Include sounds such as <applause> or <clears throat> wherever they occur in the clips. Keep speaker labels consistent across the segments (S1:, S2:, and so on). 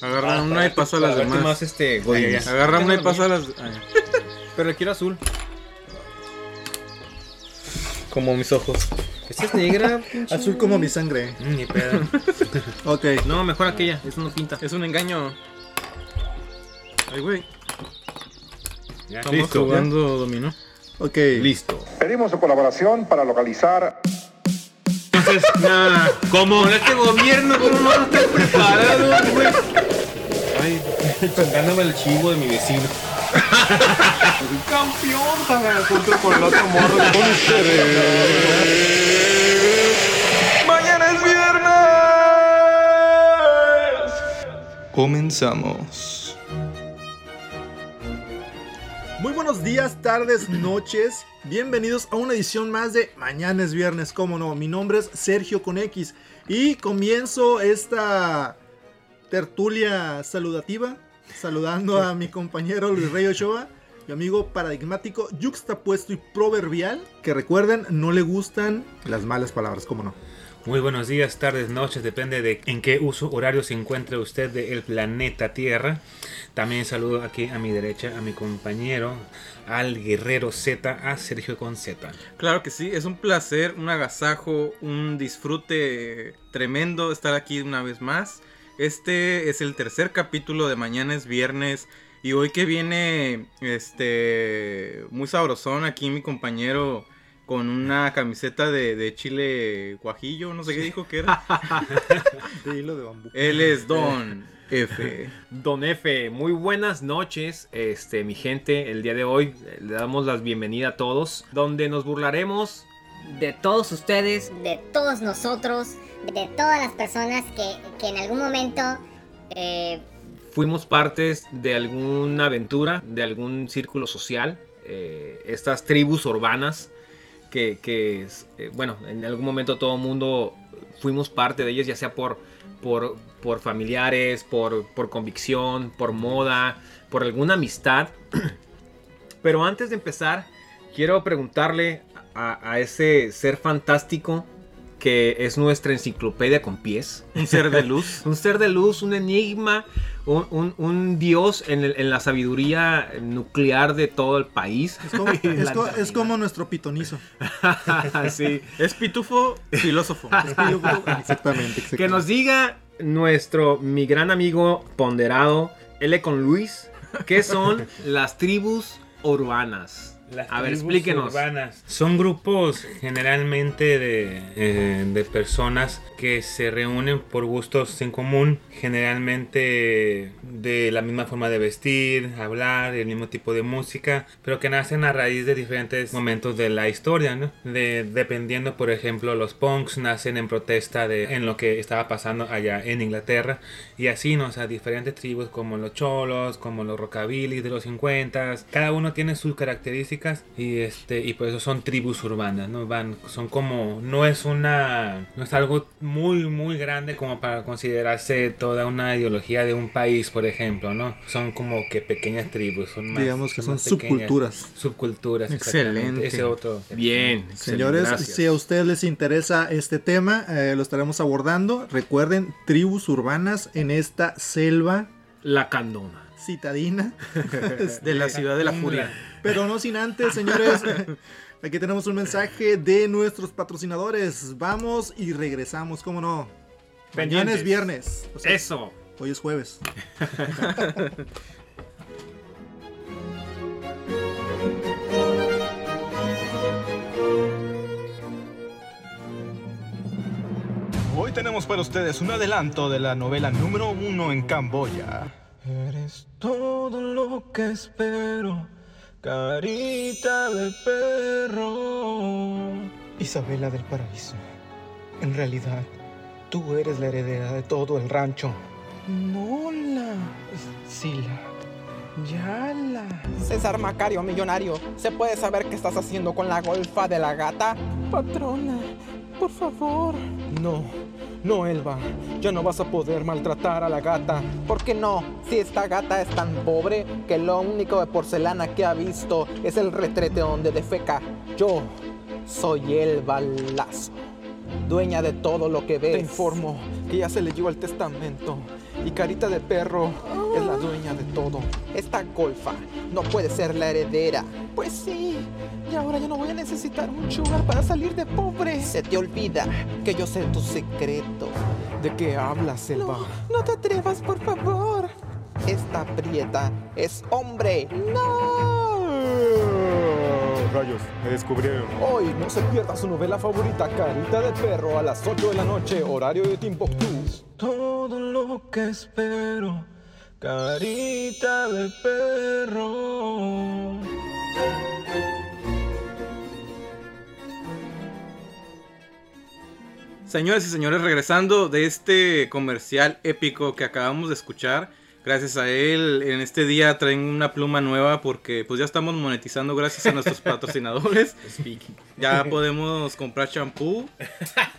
S1: Agarra una y pasa a las
S2: Ah, Para ver qué
S1: demás.
S2: más este godines.
S1: Agarra una y
S2: Déjalo
S1: pasa a
S2: mío.
S1: las. ah, ya.
S2: Pero le quiero azul.
S3: Como mis ojos.
S2: Esta
S1: <laughs>
S2: es negra.
S3: Azul como mi sangre.
S2: Mm, Ni pedo.
S3: Ok.
S2: No, mejor aquella. Esa no pinta.
S1: Es un engaño. Ay, güey.
S2: Ya,
S1: Estamos
S2: listo.
S1: jugando dominó.
S3: Ok.
S2: Listo.
S4: Pedimos su colaboración para localizar
S1: Entonces, nada.
S2: ¿Cómo? Con este gobierno, ¿cómo no estás preparado, güey?
S1: Ay, <laughs>
S2: Chocándome el chivo de mi vecino.
S5: Campeón, también junto con el otro morro. Mañana es viernes.
S6: Comenzamos.
S3: Muy buenos días, tardes, noches. Bienvenidos a una edición más de Mañana es Viernes, cómo no. Mi nombre es Sergio con X y comienzo esta tertulia saludativa saludando a mi compañero Luis Rey Ochoa, mi amigo paradigmático, yuxtapuesto y proverbial, que recuerden, no le gustan las malas palabras, cómo no.
S2: Muy buenos días, tardes, noches, depende de en qué uso horario se encuentre usted del planeta Tierra. También saludo aquí a mi derecha a mi compañero, al guerrero Z, a Sergio con Z.
S1: claro que sí, es un placer, un agasajo, un disfrute tremendo estar aquí una vez más. Este es el tercer capítulo de Mañana es Viernes. Y hoy que viene, este, muy sabrosón aquí mi compañero con una camiseta de, de chile guajillo, no sé qué dijo que era.
S3: De hilo de bambú.
S1: Él es Don <laughs> F.
S5: Don F, muy buenas noches, este, mi gente. El día de hoy eh, le damos las bienvenidas a todos, donde nos burlaremos
S7: de todos ustedes.
S8: de todos nosotros, de todas las personas que, que en algún momento eh,
S5: fuimos partes de alguna aventura, de algún círculo social, eh, estas tribus urbanas que, que, eh, bueno, en algún momento todo el mundo fuimos parte de ellas, ya sea por, por, por familiares, por, por convicción, por moda, por alguna amistad. <clears throat> Pero antes de empezar, quiero preguntarle a, a ese ser fantástico que es nuestra enciclopedia con pies.
S1: Un ser
S5: <laughs>
S1: de luz.
S5: Un ser de luz, un enigma, un, un- un dios en, el- en la sabiduría nuclear de todo el país.
S3: Es como,
S5: <laughs> Y
S3: es
S5: la
S3: co-
S5: Antártida.
S3: es como nuestro pitonizo.
S5: Sí.
S1: Es pitufo filósofo.
S3: Exactamente, exactamente.
S5: Que nos diga nuestro, mi gran amigo ponderado, L con Luis, ¿qué son las tribus urbanas? A
S2: tribus
S5: ver, explíquenos.
S2: urbanas son grupos generalmente de, eh, de personas que se reúnen por gustos en común, generalmente de la misma forma de vestir, hablar, el mismo tipo de música, pero que nacen a raíz de diferentes momentos de la historia, ¿no? De- dependiendo, por ejemplo, los punks nacen en protesta de en lo que estaba pasando allá en Inglaterra y así, ¿no? O sea, diferentes tribus como los cholos, como los rockabilis de los 50, cada uno tiene sus características y este y por eso son tribus urbanas, ¿no? Van son como no es una no es algo muy muy grande como para considerarse toda una ideología de un país, por ejemplo, ¿no? Son como que pequeñas tribus, son más-
S3: Digamos que son
S2: más pequeñas.
S3: subculturas.
S2: Subculturas,
S1: Excelente.
S2: exactamente. Ese otro.
S5: Bien, excelente,
S3: Señores,
S5: gracias.
S3: si a ustedes les interesa este tema, eh, lo estaremos abordando. Recuerden, tribus urbanas en esta selva
S5: La candona. <laughs>
S3: citadina.
S1: De la ciudad de la
S2: Mm.
S1: furia.
S3: Pero no sin antes,
S5: <laughs>
S3: señores. Aquí tenemos un mensaje de nuestros patrocinadores. Vamos y regresamos, cómo no. Mañana
S5: Pendientes. Eh.
S3: es viernes. O sea,
S5: Eso.
S3: Hoy es jueves.
S6: Hoy tenemos para ustedes un adelanto de la novela número uno en Camboya. Eres todo lo que espero, carita de perro. Isabela del Paraíso, en realidad, tú eres la heredera de todo el rancho. Nola, Sila, Yala.
S9: César Macario, millonario, ¿se puede saber qué estás haciendo con la golfa de la gata? Patrona, por favor. No, no, Elba, ya no vas a poder maltratar a la gata. ¿Por qué no? Si esta gata es tan pobre que lo único de porcelana que ha visto es el retrete donde defeca. Yo soy Elba Lazo. dueña de todo lo que ves.
S7: Te
S9: informo que ya se leyó el testamento y Carita de Perro es la dueña de todo. Esta golfa no puede ser la heredera.
S10: Pues sí, y ahora yo no voy a necesitar un sugar para salir de pobre.
S9: Se te olvida que yo sé tu secreto. ¿De qué hablas, Elba?
S10: No te atrevas, por favor.
S9: Esta prieta es hombre.
S10: No.
S11: Rayos, me descubrieron.
S9: Hoy no se pierda su novela favorita, Carita de Perro, a las 8 de la noche, horario de Timbuktu.
S6: Todo lo que espero, carita de perro.
S1: Señoras y señores, regresando de este comercial épico que acabamos de escuchar, gracias a él en este día traen una pluma nueva porque pues ya estamos monetizando gracias a <laughs> nuestros patrocinadores.
S2: <laughs>
S1: Ya podemos comprar champú.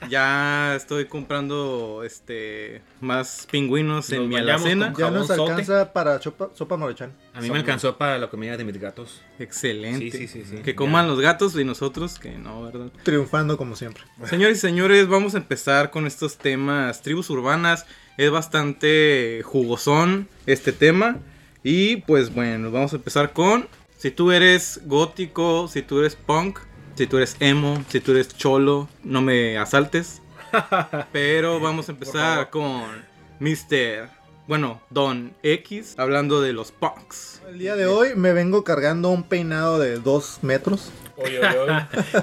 S1: Ya estoy comprando este más pingüinos en
S2: Nos
S1: mi
S2: bañamos
S1: alacena.
S2: con
S3: Ya nos
S2: Jabonzote.
S3: alcanza para sopa, sopa maruchan.
S2: A mí me alcanzó para la comida de mis gatos.
S1: Excelente.
S2: Sí, sí, sí, sí.
S1: Que coman los gatos y nosotros que no, ¿verdad?
S3: Triunfando como siempre.
S1: Señores y señores, vamos a empezar con estos temas. Tribus urbanas es bastante jugosón este tema. Y pues bueno, vamos a empezar con si tú eres gótico, si tú eres punk, si tú eres emo, si tú eres cholo, no me <laughs> asaltes. Pero vamos a empezar con Mr. Bueno, Don X, hablando de los punks.
S3: El día de hoy me vengo cargando un peinado de dos metros.
S5: <laughs>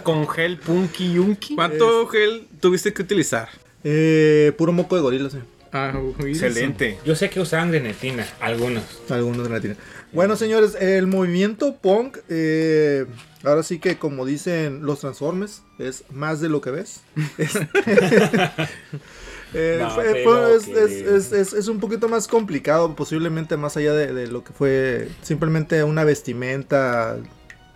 S5: Con gel punky yunky.
S1: ¿Cuánto gel tuviste que utilizar?
S3: Eh, puro moco de gorilas, eh.
S1: Ah, uy,
S2: Excelente. Yo sé que usaban grenetina, algunos.
S3: Algunos de la tienen. Bueno, señores, el movimiento punk, eh, ahora sí que como dicen los transformes, es más de lo que ves. Es- Eh,
S2: Más
S3: fue-
S2: de
S3: fue-
S2: lo
S3: es,
S2: que
S3: es- es- es- es un poquito más complicado, posiblemente más allá de, de lo que fue simplemente una vestimenta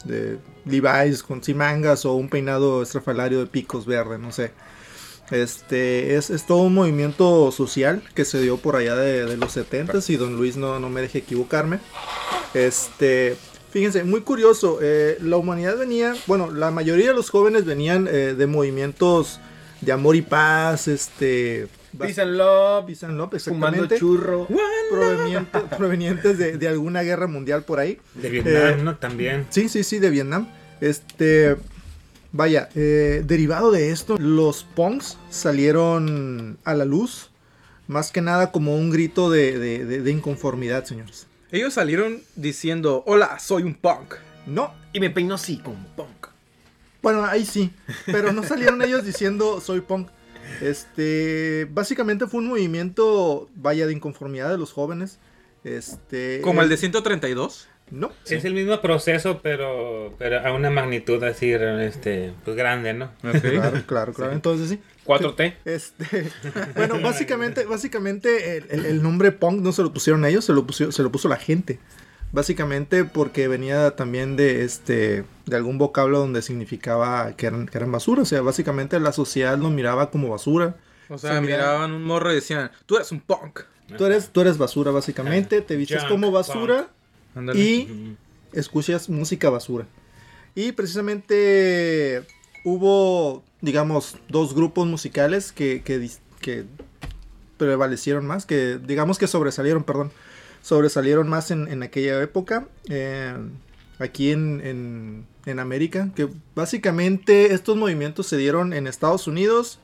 S3: de Levi's con sin mangas o un peinado estrafalario de picos verde, no sé. Este es, es todo un movimiento social que se dio por allá de, de los 70 y don Luis no, no me deje equivocarme. Este, fíjense, muy curioso, eh, la humanidad venía, bueno, la mayoría de los jóvenes venían eh, de movimientos de amor y paz, este...
S5: Peace and love,
S3: Peace and love,
S5: fumando
S3: exactamente.
S5: churro.
S3: Proveniente- <laughs> provenientes de, de alguna guerra mundial por ahí.
S2: De Vietnam,
S3: Eh,
S2: ¿no? También.
S3: Sí, sí, sí, de Vietnam. Este. Vaya, eh, derivado de esto, los punks salieron a la luz. Más que nada como un grito de, de- de- de inconformidad, señores.
S1: Ellos salieron diciendo, hola, soy un punk.
S3: No,
S5: Y me peino así, con punk.
S3: bueno, ahí sí. Pero no salieron ellos diciendo soy punk. Este. Básicamente fue un movimiento, vaya, de inconformidad de los jóvenes. Este.
S1: Como el de 132.
S3: No.
S2: Es el mismo proceso, pero, pero a una magnitud así, este, pues grande, ¿no?
S3: Claro, claro, claro. Entonces sí.
S5: 4T.
S3: Este, <laughs> bueno, básicamente, básicamente el, el- el nombre punk no se lo pusieron ellos, se lo puso, se lo puso la gente. Básicamente porque venía también de este de algún vocablo donde significaba que eran, que eran basura. O sea, básicamente la sociedad lo miraba como basura.
S1: O sea,
S3: Se miraba-
S1: miraban un morro y decían, tú eres un punk.
S3: Tú eres, tú eres basura, básicamente. Te vistes
S2: Junk
S3: como basura
S1: Ándale.
S3: y escuchas música basura. Y precisamente hubo, digamos, dos grupos musicales que, que, dis- que prevalecieron más, que digamos que sobresalieron, perdón, sobresalieron más en, en aquella época, eh, aquí en, en- en América, que básicamente estos movimientos se dieron en Estados Unidos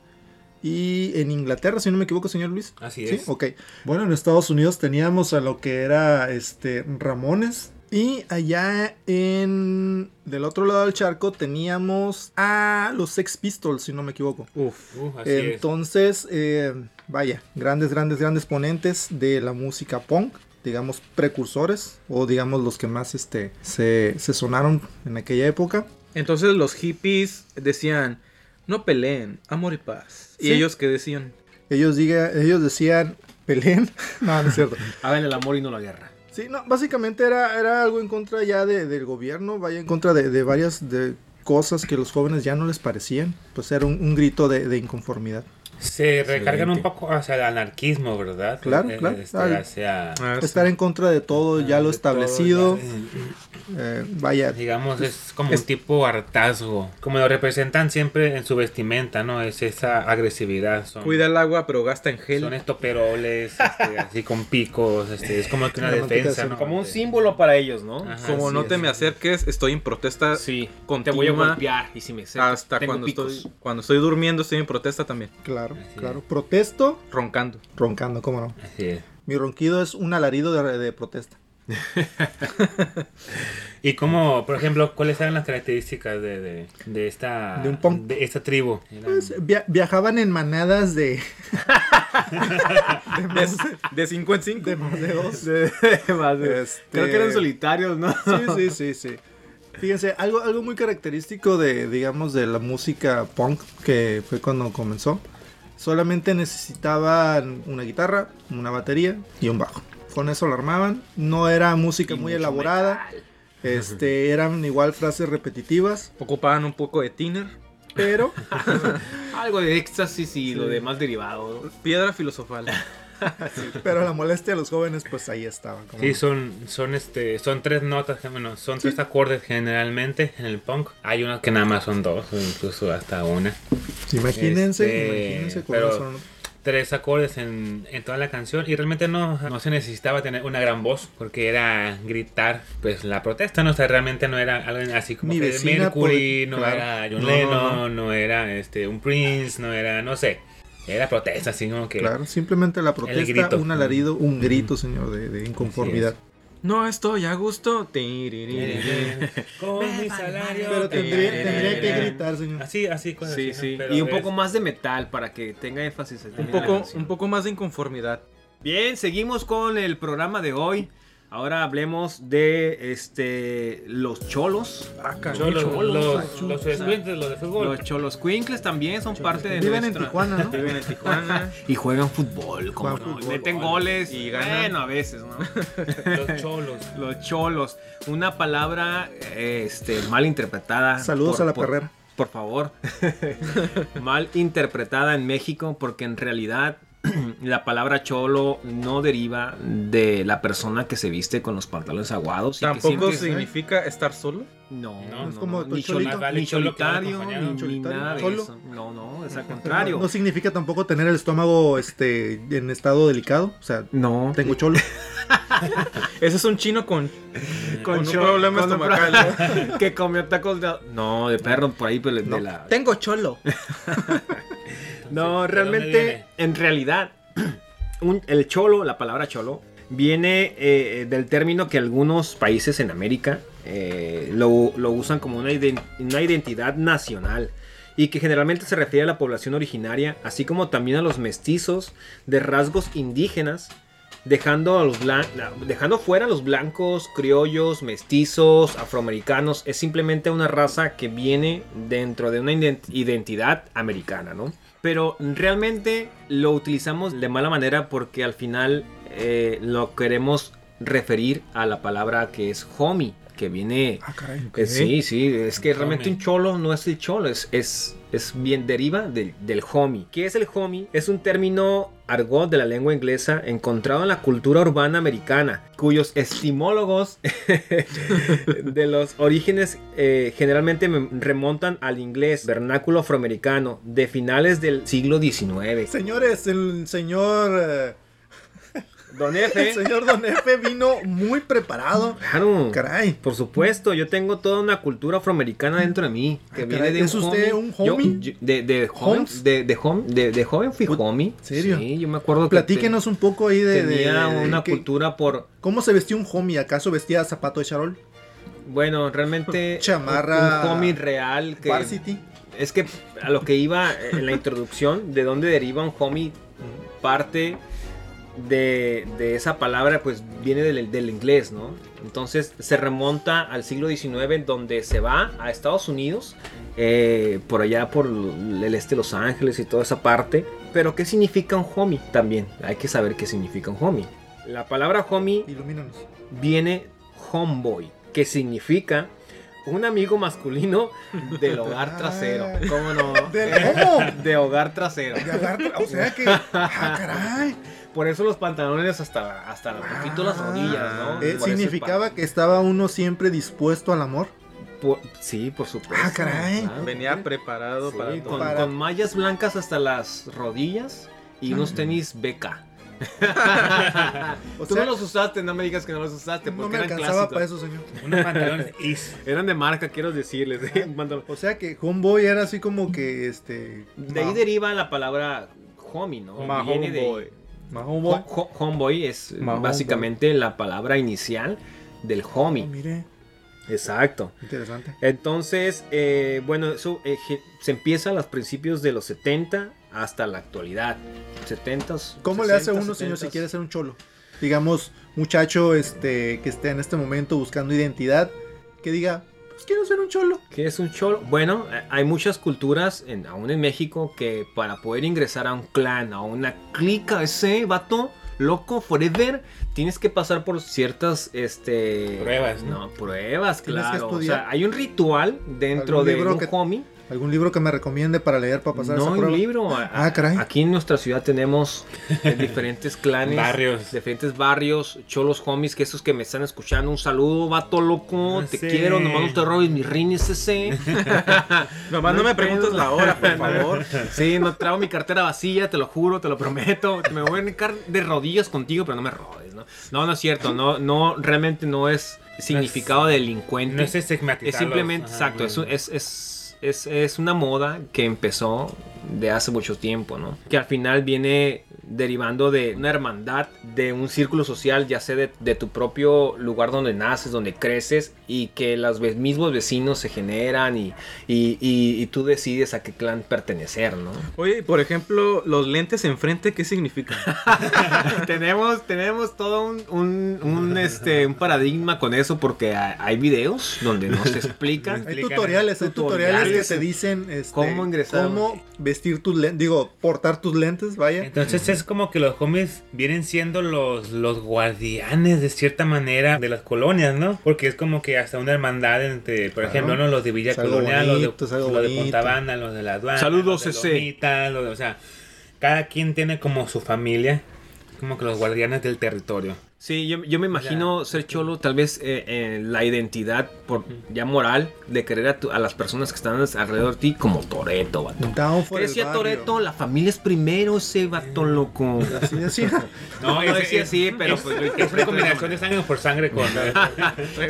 S3: y en Inglaterra, si no me equivoco, señor Luis.
S2: Así
S3: Sí,
S2: es.
S3: ok. Bueno, en Estados Unidos teníamos a lo que era este Ramones. Y allá en. del otro lado del charco teníamos a los Sex Pistols, si no me equivoco.
S1: Uf.
S2: Uh, así es.
S3: Entonces, eh, vaya, grandes, grandes, grandes ponentes de la música punk, digamos precursores, o digamos los que más este, se, se sonaron en aquella época.
S1: Entonces los hippies decían, no peleen, amor y paz. Y
S3: Sí.
S1: ellos que decían,
S3: Ellos, diga, ellos decían, peleen. <laughs> no, no es cierto.
S5: Hagan el amor y no la guerra.
S3: Sí, no, básicamente era, era algo en contra ya de- del gobierno, vaya en contra de, de varias de cosas que los jóvenes ya no les parecían. Pues era un, un grito de, de inconformidad.
S2: Se recargan un poco hacia el anarquismo, ¿verdad?
S3: Claro,
S2: Eh,
S3: claro.
S2: este,
S3: Al-
S2: hacia...
S3: Estar en contra Ah, de todo ya lo
S2: de todo,
S3: establecido.
S2: ya-
S3: eh, vaya.
S2: Digamos, es como un tipo hartazgo. Como lo representan siempre en su vestimenta, ¿no? Es esa agresividad. Son,
S1: Cuida el agua, pero gasta en gel.
S2: son estoperoles, este, así con picos. Este, es como que una
S3: La manteca
S2: defensa,
S3: azul.
S2: ¿no? Eh,
S5: Como un símbolo para ellos, ¿no?
S2: Ah, Ajá,
S1: Como
S2: sí,
S1: no
S2: es-
S1: te me acerques, estoy en protesta
S5: Sí, te
S1: continua.
S5: voy a golpear y si me acercas,
S1: hasta
S5: tengo
S1: cuando
S5: picos.
S1: estoy, cuando estoy durmiendo, estoy en protesta también.
S3: Claro,
S2: Así
S3: claro. Protesto
S1: Roncando.
S3: roncando, cómo no.
S2: Así es.
S3: Mi ronquido es un alarido de, de protesta.
S2: Y como, por ejemplo, ¿cuáles eran las características de, de, de esta,
S3: De un punk.
S2: de esta tribu? Eran-
S3: Pues, via- viajaban en manadas de, <laughs>
S1: De, de 5 en 5.
S3: de más de dos.
S5: <laughs> Más de-
S3: Este-
S5: eh. Creo que eran solitarios, ¿no?
S3: Sí, sí, sí, sí. Fíjense, algo, algo muy característico de, digamos, de la música punk, que fue cuando comenzó, solamente necesitaban una guitarra, una batería y un bajo. Con eso lo armaban, no era música muy elaborada, este, eran igual frases repetitivas,
S1: Ocupaban un poco de tiner.
S3: pero <laughs>
S5: Algo de éxtasis y lo demás derivado. ¿no?
S1: Piedra
S5: <laughs>
S1: filosofal.
S3: Pero la molestia de los jóvenes, pues ahí estaba. como-
S2: Sí, son, son, este, son tres notas, bueno, son tres acordes generalmente en el punk. Hay unos que nada más son dos, o incluso hasta una.
S3: imagínense,
S2: Este,
S3: imagínense cómo
S2: pero-
S3: son.
S2: Tres acordes en, en toda la canción y realmente no, no se necesitaba tener una gran voz porque era gritar pues la protesta, ¿no? O sea, realmente no era algo así como
S3: Mi
S2: Freddie
S3: vecina
S2: Mercury, no
S3: por- claro.
S2: era John
S3: No,
S2: Lennon,
S3: no,
S2: no, era este, un Prince, no era, no sé. Era protesta, así como que...
S3: Claro, simplemente la protesta,
S2: grito.
S3: un alarido, un grito, señor, de, de inconformidad.
S1: No estoy a gusto.
S5: Eh, <laughs>
S2: Con mi salario...
S3: Pero tendría, tendría que gritar, señor.
S2: Así, así, cosas
S5: Sí,
S2: así, ¿no?
S5: sí.
S2: pues, Pero
S5: Y un
S2: es-
S5: poco más de metal para que tenga énfasis. al
S1: Un
S5: terminar la
S1: poco,
S5: canción.
S1: un poco más de inconformidad.
S5: Bien, seguimos con el programa de hoy. Ahora hablemos de este los cholos.
S2: Yo los,
S5: Cholos,
S2: los, los estudiantes, los de fútbol.
S5: Los cholos cuincles también son parte de
S3: <laughs> Viven en
S5: nuestra-
S3: Tijuana, ¿no?
S1: Viven en
S5: <laughs>
S1: Tijuana.
S5: Y juegan fútbol, como
S3: Juegan
S5: no, y
S3: fútbol.
S5: meten goles
S1: Y
S5: y
S1: ganan.
S5: ganan. Bueno, a veces, ¿no?
S2: Los cholos.
S5: Los cholos. Una palabra eh, este, mal interpretada.
S3: Saludos
S5: por-
S3: a la
S5: por-
S3: perrera.
S5: Por favor. <laughs> mal interpretada en México porque en realidad <clears throat> la palabra cholo no deriva de la persona que se viste con los pantalones aguados. y que
S1: Tampoco
S5: siempre-
S1: significa estar solo.
S5: No,
S2: No,
S5: no,
S2: es
S3: como
S5: no,
S3: tu
S5: Ni,
S3: cholito.
S5: choli-
S2: Más vale
S5: ni
S2: cholo que mal
S5: cholitario,
S2: acompañado.
S5: ni- ni
S3: Cholitario,
S5: nada de
S3: cholo.
S5: eso. No, no, es al
S3: No,
S5: contrario.
S3: no significa tampoco tener el estómago este, en estado delicado. O sea,
S5: No,
S3: tengo cholo.
S1: Ese es un chino con, con, un
S5: cho-
S1: problema
S5: con un pro-
S1: estomacal. ¿no?
S5: <laughs> que comió tacos de... No, de perro, por ahí, pero de-
S3: No.
S5: de la...
S1: Tengo cholo.
S5: <laughs> No,
S2: ¿de dónde
S5: realmente,
S2: viene?
S5: en realidad, <clears throat> un- el cholo, la palabra cholo, viene eh, del término que algunos países en América eh, lo, lo usan como una, iden- una identidad nacional y que generalmente se refiere a la población originaria, así como también a los mestizos de rasgos indígenas, dejando, a los blan- la- dejando fuera a los blancos, criollos, mestizos, afroamericanos. Es simplemente una raza que viene dentro de una ident- identidad americana, ¿no? Pero realmente lo utilizamos de mala manera porque al final eh, lo queremos referir a la palabra que es homie, que viene...
S3: Ah, caray.
S5: eh, Sí, sí, es que realmente
S2: Homie.
S5: un cholo no es el cholo, es, es, es bien deriva del, del homie. ¿Qué es el homie? Es un término argot de la lengua inglesa encontrado en la cultura urbana americana, cuyos estimólogos <laughs> de los orígenes eh, generalmente me- remontan al inglés vernáculo afroamericano de finales del siglo
S3: <laughs>
S5: XIX.
S3: Señores, el señor. eh,
S5: Don
S3: El
S5: Efe,
S3: señor <laughs> Don Efe vino muy preparado.
S5: claro,
S3: Caray.
S5: por supuesto, yo tengo toda una cultura afroamericana dentro de mí. Que
S3: Ah,
S5: viene
S3: caray,
S5: de
S3: ¿es usted un
S5: Yo-
S3: homie?
S5: yo- de, de joven,
S3: ¿Homes?
S5: de, de, hom- de, de joven fui
S3: Ut-
S5: homie.
S3: ¿serio?
S5: Sí, yo me acuerdo que
S3: Platíquenos un poco ahí
S5: te-
S3: de. de-
S5: tenía
S3: de-
S5: una
S3: que-
S5: cultura por,
S3: ¿Cómo se vestía un homie? ¿Acaso vestía zapato de charol?
S5: bueno, realmente
S3: <laughs> Chamarra-
S5: un, un homie real que
S3: Varsity.
S5: es que a lo que iba en la introducción, de dónde deriva un homie, parte de, de esa palabra, pues viene del, del inglés, ¿no? Entonces se remonta al siglo XIX, donde se va a Estados Unidos, eh, por allá por el este de Los Ángeles y toda esa parte. Pero, ¿qué significa un homie también? Hay que saber qué significa un homie. La palabra homie
S3: Ilumínanos.
S5: viene homeboy, que significa un amigo masculino del hogar
S3: <laughs>
S5: trasero.
S3: Ah.
S5: ¿Cómo no?
S3: <laughs> ¿Del cómo?
S5: De hogar trasero. <laughs>
S3: De agarrar- O sea que. Ah, caray.
S5: Por eso los pantalones hasta, hasta un poquito las rodillas, ¿no?
S3: Eh,
S5: Por ese
S3: ¿Significaba que estaba uno siempre dispuesto al amor?
S5: Por- sí, por supuesto.
S3: Ah, caray.
S5: Claro.
S1: Venía preparado
S5: Sí,
S1: para
S5: con,
S1: todo.
S3: Para-
S5: con mallas blancas hasta las rodillas y unos tenis beca.
S3: <laughs> O
S5: Tú
S3: sea-
S5: no los usaste, no me digas que no los usaste, porque
S3: No me
S5: eran
S3: alcanzaba
S5: clásicos.
S3: para eso, señor.
S2: Unos
S5: <laughs>
S2: pantalones is.
S5: Eran de marca, quiero decirles. ¿eh? Un pantalón.
S3: O sea que Homeboy era así como que este.
S5: De ahí deriva la palabra homie, ¿no?
S1: Ma
S5: Viene de-
S1: homeboy.
S3: ma- ma- homeboy.
S5: Ho- ho- homeboy es eh,
S3: Ma
S5: básicamente la palabra inicial del
S3: Oh,
S5: homie.
S3: mire,
S5: Exacto.
S3: interesante.
S5: Entonces, eh, bueno, eso eh, ge- se empieza a los principios de los 70 hasta la actualidad. 70s.
S3: ¿Cómo le hace
S5: 60s,
S3: uno, señor, si
S5: 70s?
S3: quiere ser un cholo? Digamos, muchacho este, que esté en este momento buscando identidad, que diga, pues quiero ser un cholo.
S5: ¿Qué es un cholo? Bueno, eh, hay muchas culturas, en- aún en México, que para poder ingresar a un clan, a una clica, ese vato loco forever, tienes que pasar por ciertas este,
S2: Pruebas, ¿no?
S5: ¿no? pruebas,
S3: Tienes que
S5: claro. O
S3: estudiar.
S5: sea, hay un ritual dentro
S3: Algún
S5: de
S3: libro
S5: un
S3: que-
S5: homie.
S3: ¿Algún libro que me recomiende para leer para pasar esa
S5: No,
S3: prueba?
S5: un libro. a-
S3: Ah, caray.
S5: Aquí en nuestra ciudad tenemos
S2: <laughs>
S5: eh, diferentes clanes,
S2: Barrios.
S5: diferentes barrios, cholos homies, que esos que me están escuchando, un saludo, vato loco,
S2: Ah,
S5: te
S2: sí.
S5: quiero, nomás no te robes mi rin ese.
S2: <laughs>
S1: Nomás no,
S5: hay
S1: me preguntes
S5: pedo.
S1: la hora,
S5: <laughs>
S1: por favor.
S5: Sí, no traigo mi cartera vacía, te lo juro, te lo prometo. Me voy a hincar de rodillas contigo, pero no me robes, ¿no? No, no es cierto, no, no, realmente no es significado de delincuente.
S2: No es estigmatizarlos.
S5: Es simplemente,
S2: Ajá,
S5: exacto,
S2: bueno.
S5: es, un- es, es, es, es una moda que empezó de hace mucho tiempo, ¿no? Que al final viene derivando de una hermandad, de un círculo social, ya sea de, de tu propio lugar donde naces, donde creces, y que los ve- mismos vecinos se generan y, y, y- y tú decides a qué clan pertenecer, ¿no?
S1: Oye, y por ejemplo, los lentes enfrente, ¿qué
S5: <laughs>
S1: significan?
S5: <laughs> tenemos, tenemos todo un, un- un, este, un paradigma con eso porque hay, hay videos donde nos <laughs> explican
S3: Hay
S2: Explícame.
S3: tutoriales, hay tutoriales que
S5: Tutoriales.
S3: te dicen este,
S5: ¿Cómo ingresar?
S3: cómo vestir tus lentes, digo, portar tus lentes, vaya.
S2: Entonces es como que los homies vienen siendo los, los guardianes de cierta manera de las colonias, ¿no? Porque es como que hasta una hermandad entre, por
S3: Claro.
S2: ejemplo, ¿no? los de Villa
S3: Es algo
S2: Colonia, los de,
S3: bonito, es algo
S2: los de
S3: bonito.
S2: Pontabana, los de la aduana, los
S5: Saludos,
S2: de
S5: ese.
S2: Lomita, los de- o sea, cada quien tiene como su familia, como que los guardianes del territorio.
S5: Sí, yo, yo me imagino ser cholo, tal vez eh, eh, la identidad por, ya moral de querer a, tu- a las personas que están alrededor de ti como Toreto, vato.
S3: Down for el
S5: Decía
S3: barrio.
S5: Toreto, la familia es primero ese
S3: <laughs>
S5: vato loco.
S3: Así
S5: <laughs>
S3: decía.
S5: No, no
S2: ese-
S5: decía así, pero
S2: es,
S5: pues lo
S2: es una
S5: interpreto de esa
S2: combinación de sangre por sangre
S5: <laughs>
S2: con...